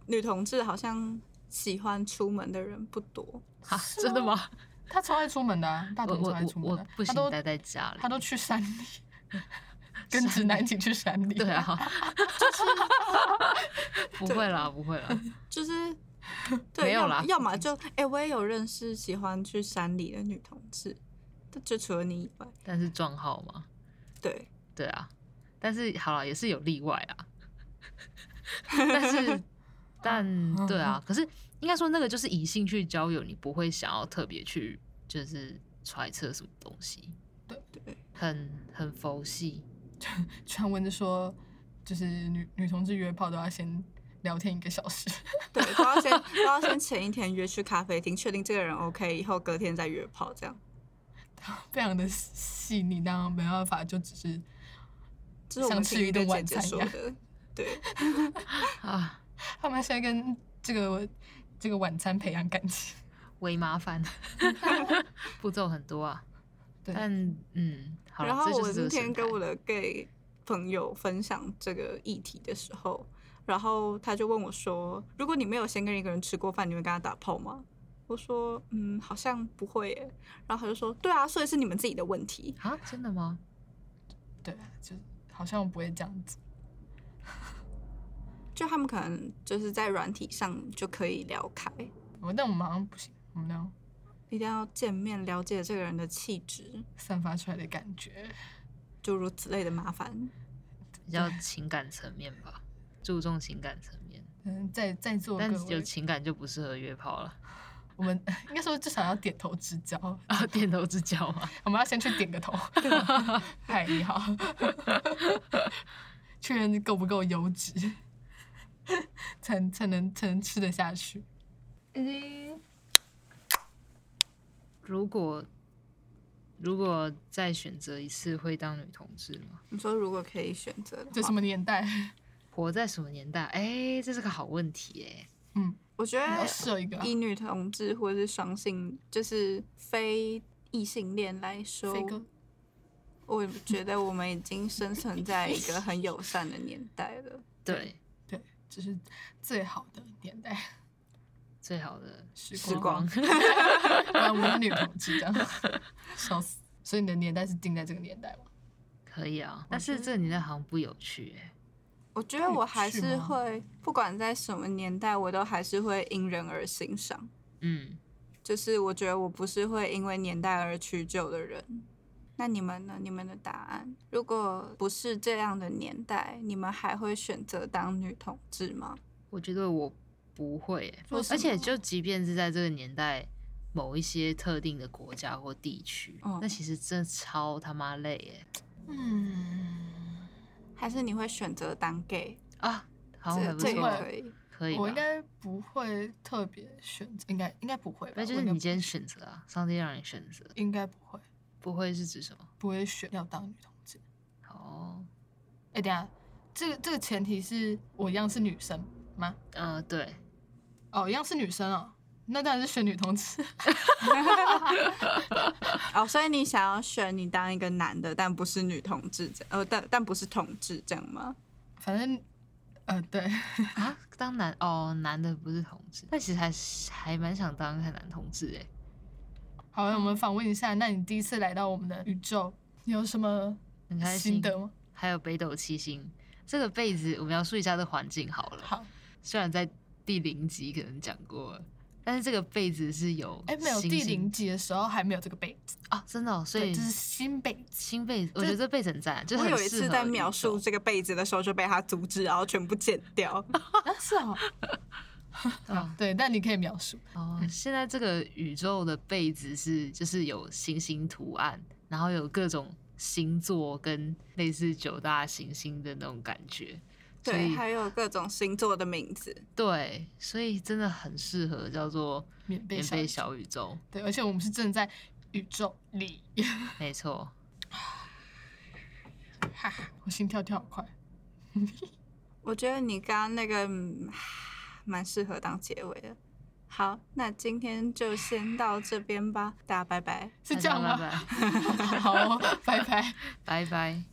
Speaker 2: 女同志好像喜欢出门的人不多。
Speaker 3: 啊，真的 吗？
Speaker 1: 哦他超爱出门的、啊，大
Speaker 3: 我
Speaker 1: 同超
Speaker 3: 我
Speaker 1: 爱出
Speaker 3: 我
Speaker 1: 门
Speaker 3: 我
Speaker 1: 的、啊
Speaker 3: 不，
Speaker 1: 他
Speaker 3: 行，
Speaker 1: 都
Speaker 3: 待在家里。
Speaker 1: 他都去 山里， 跟直男一起去山里。
Speaker 3: 对，啊， 不会啦，不会啦。
Speaker 2: 就是对，
Speaker 3: 没有
Speaker 2: 要
Speaker 3: 啦
Speaker 2: 么要么就哎、我也有认识喜欢去山里的女同志，但就除了你以外，
Speaker 3: 但是撞号嘛，
Speaker 2: 对，
Speaker 3: 对啊。但是好了，也是有例外啊。但是， 但对啊，可是应该说那个就是以兴趣交友，你不会想要特别去就是揣测什么东西，
Speaker 2: 对，
Speaker 3: 很很佛系。
Speaker 1: 传闻就说，就是女女同志约炮都要先聊天一个小时。
Speaker 2: 对，都要先都要先前一天约去咖啡厅，确定这个人 OK 以后，隔天再约炮这样。
Speaker 1: 非常的细腻，当然没办法，就只是
Speaker 2: 这是我
Speaker 1: 像
Speaker 2: 们
Speaker 1: 吃
Speaker 2: 听
Speaker 1: 一
Speaker 2: 一个
Speaker 1: 顿
Speaker 2: 姐
Speaker 1: 晚
Speaker 2: 姐
Speaker 1: 餐一
Speaker 2: 说
Speaker 1: 样
Speaker 2: 的，对，
Speaker 3: 啊，
Speaker 1: 他们现在跟这个这个晚餐培养感情。
Speaker 3: 微麻 烦，步骤很多啊。
Speaker 1: 对
Speaker 3: 但嗯，好了，
Speaker 2: 然后
Speaker 3: 这就
Speaker 2: 我
Speaker 3: 是这
Speaker 2: 那
Speaker 3: 个
Speaker 2: 天
Speaker 3: 生
Speaker 2: 跟
Speaker 3: 态
Speaker 2: 我的 gay 朋友分享这个议题的时候，然后他就问我说：“如果你没有先跟一个人吃过饭，你会跟他打炮吗？”我说：“嗯，好像不会耶。”然后他就说：“对啊，所以是你们自己的问题。
Speaker 3: 啊，真的吗？
Speaker 1: 对啊，就是好像我不会这样子。
Speaker 2: 就他们可能就是在软体上就可以聊开，
Speaker 1: 我但我们好像不行，我们要
Speaker 2: 一定要见面了解这个人的气质，
Speaker 1: 散发出来的感觉。
Speaker 2: 诸如此类的麻烦。
Speaker 3: 比较情感层面吧，注重情感层面，
Speaker 1: 嗯，在在座
Speaker 3: 但
Speaker 1: 各
Speaker 3: 有
Speaker 1: 位，
Speaker 3: 情感就不适合约炮了。
Speaker 1: 我们 应该说至少要点头之交，
Speaker 3: 啊，点头之交嘛，
Speaker 1: 我们要先去点个头。 嗨，你好，确认够不够优质，才才能才能吃得下去。
Speaker 3: 如果如果再选择一次，会当女同志吗？
Speaker 2: 你说如果可以选择的
Speaker 1: 这
Speaker 2: 话
Speaker 1: 什么年代？
Speaker 3: 活在什么年代？哎、这是个好问题哎、
Speaker 1: 嗯，
Speaker 2: 我觉
Speaker 1: 你要
Speaker 2: 得
Speaker 1: 设一个啊
Speaker 2: 以女同志或者是双性，就是非异性恋来说，
Speaker 1: 飞哥，
Speaker 2: 我觉得我们已经生存在一个很友 善的年代了。
Speaker 3: 对，
Speaker 1: 对，这是最好的年代。
Speaker 3: 最好的
Speaker 1: 时
Speaker 3: 时
Speaker 1: 光
Speaker 3: 光。
Speaker 1: 啊，我是女同志，这样，笑死。所以你的年代是定在这个年代吗？
Speaker 3: 可以啊，
Speaker 1: 我
Speaker 3: 但是
Speaker 2: 觉
Speaker 3: 这个年代好像不有趣哎、
Speaker 2: 我觉得我还
Speaker 1: 有趣
Speaker 2: 是
Speaker 1: 吗
Speaker 2: 会，不管在什么年代，我都还是会因人而欣赏。
Speaker 3: 嗯，
Speaker 2: 就是我觉得我不是会因为年代而屈就的人。那你们呢？你们的答案，如果不是这样的年代，你们还会选择当女同志吗？
Speaker 3: 我觉得我不会、欸
Speaker 1: 为什，
Speaker 3: 而且
Speaker 2: 么
Speaker 3: 就即便是在这个年代，某一些特定的国家或地区，
Speaker 1: 哦
Speaker 2: 嗯
Speaker 3: 那其实真的超他妈累哎、
Speaker 1: 嗯，
Speaker 2: 还是你会选择当 gay？
Speaker 3: 啊，好像还
Speaker 2: 这
Speaker 3: 不
Speaker 2: 这
Speaker 1: 会
Speaker 2: 也
Speaker 3: 错，
Speaker 2: 可以。
Speaker 3: 可以吧
Speaker 1: 我应该不会特别选择，应该应该不会吧？
Speaker 3: 那就
Speaker 1: 我
Speaker 3: 是
Speaker 1: 应该
Speaker 3: 你今天选择啊，上帝让你选择，
Speaker 1: 应该不会，
Speaker 3: 不会是指什么？
Speaker 1: 不会选要当女同志。
Speaker 3: 哦，
Speaker 1: 哎、等一下，这个这个前提是我一样是女生吗？
Speaker 3: 呃，对，
Speaker 1: 哦，一样是女生哦，那当然是选女同志。
Speaker 2: 哦，所以你想要选你当一个男的，但不是女同志这，呃，但但不是同志这样吗？
Speaker 1: 反正，呃，对，
Speaker 3: 啊，当男哦，男的不是同志，但其实还是还蛮想当看男同志哎。
Speaker 1: 好，那我们访问一下，那你第一次来到我们的宇宙，你有什么
Speaker 3: 很开
Speaker 1: 心
Speaker 3: 心
Speaker 1: 得吗？
Speaker 3: 还有北斗七星这个被子，我描述一下这环境好了。
Speaker 1: 好，
Speaker 3: 虽然在第零集可能讲过了，但是这个被子是有
Speaker 1: 哎、没有
Speaker 3: 星
Speaker 1: 第
Speaker 3: 星
Speaker 1: 零集的时候还没有这个被子，
Speaker 3: 啊，真的、哦，所
Speaker 1: 对，
Speaker 3: 以
Speaker 1: 这是新被子。
Speaker 3: 新被子，我觉得这被子很赞，就是
Speaker 2: 我
Speaker 3: 很
Speaker 2: 有一
Speaker 3: 适
Speaker 2: 次
Speaker 3: 合
Speaker 2: 在
Speaker 3: 宇
Speaker 2: 描
Speaker 3: 宙
Speaker 2: 述这个被子的时候，就被他阻止，然后全部剪掉。
Speaker 1: 啊，是哦，
Speaker 3: 嗯
Speaker 1: 好对，但你可以描述。
Speaker 3: 哦，现在这个宇宙的被子是就是有星星图案，然后有各种星座跟类似九大行星的那种感觉。 所
Speaker 2: 对，
Speaker 3: 以
Speaker 2: 还有各种星座的名字。
Speaker 3: 对，所以真的很适合叫做
Speaker 1: 免费
Speaker 3: 免
Speaker 1: 小宇宙
Speaker 3: 费小宇宙，
Speaker 1: 对，而且我们是正在宇宙里，
Speaker 3: 没错。
Speaker 1: 哈哈，我心跳跳好快。
Speaker 2: 我觉得你刚刚那个嗯蛮适合当结尾的。好，那今天就先到这边吧，大家拜拜。
Speaker 1: 是这样吗？ 哦
Speaker 3: 大家拜
Speaker 1: 好，拜
Speaker 3: 拜，
Speaker 1: 拜。
Speaker 3: 拜拜。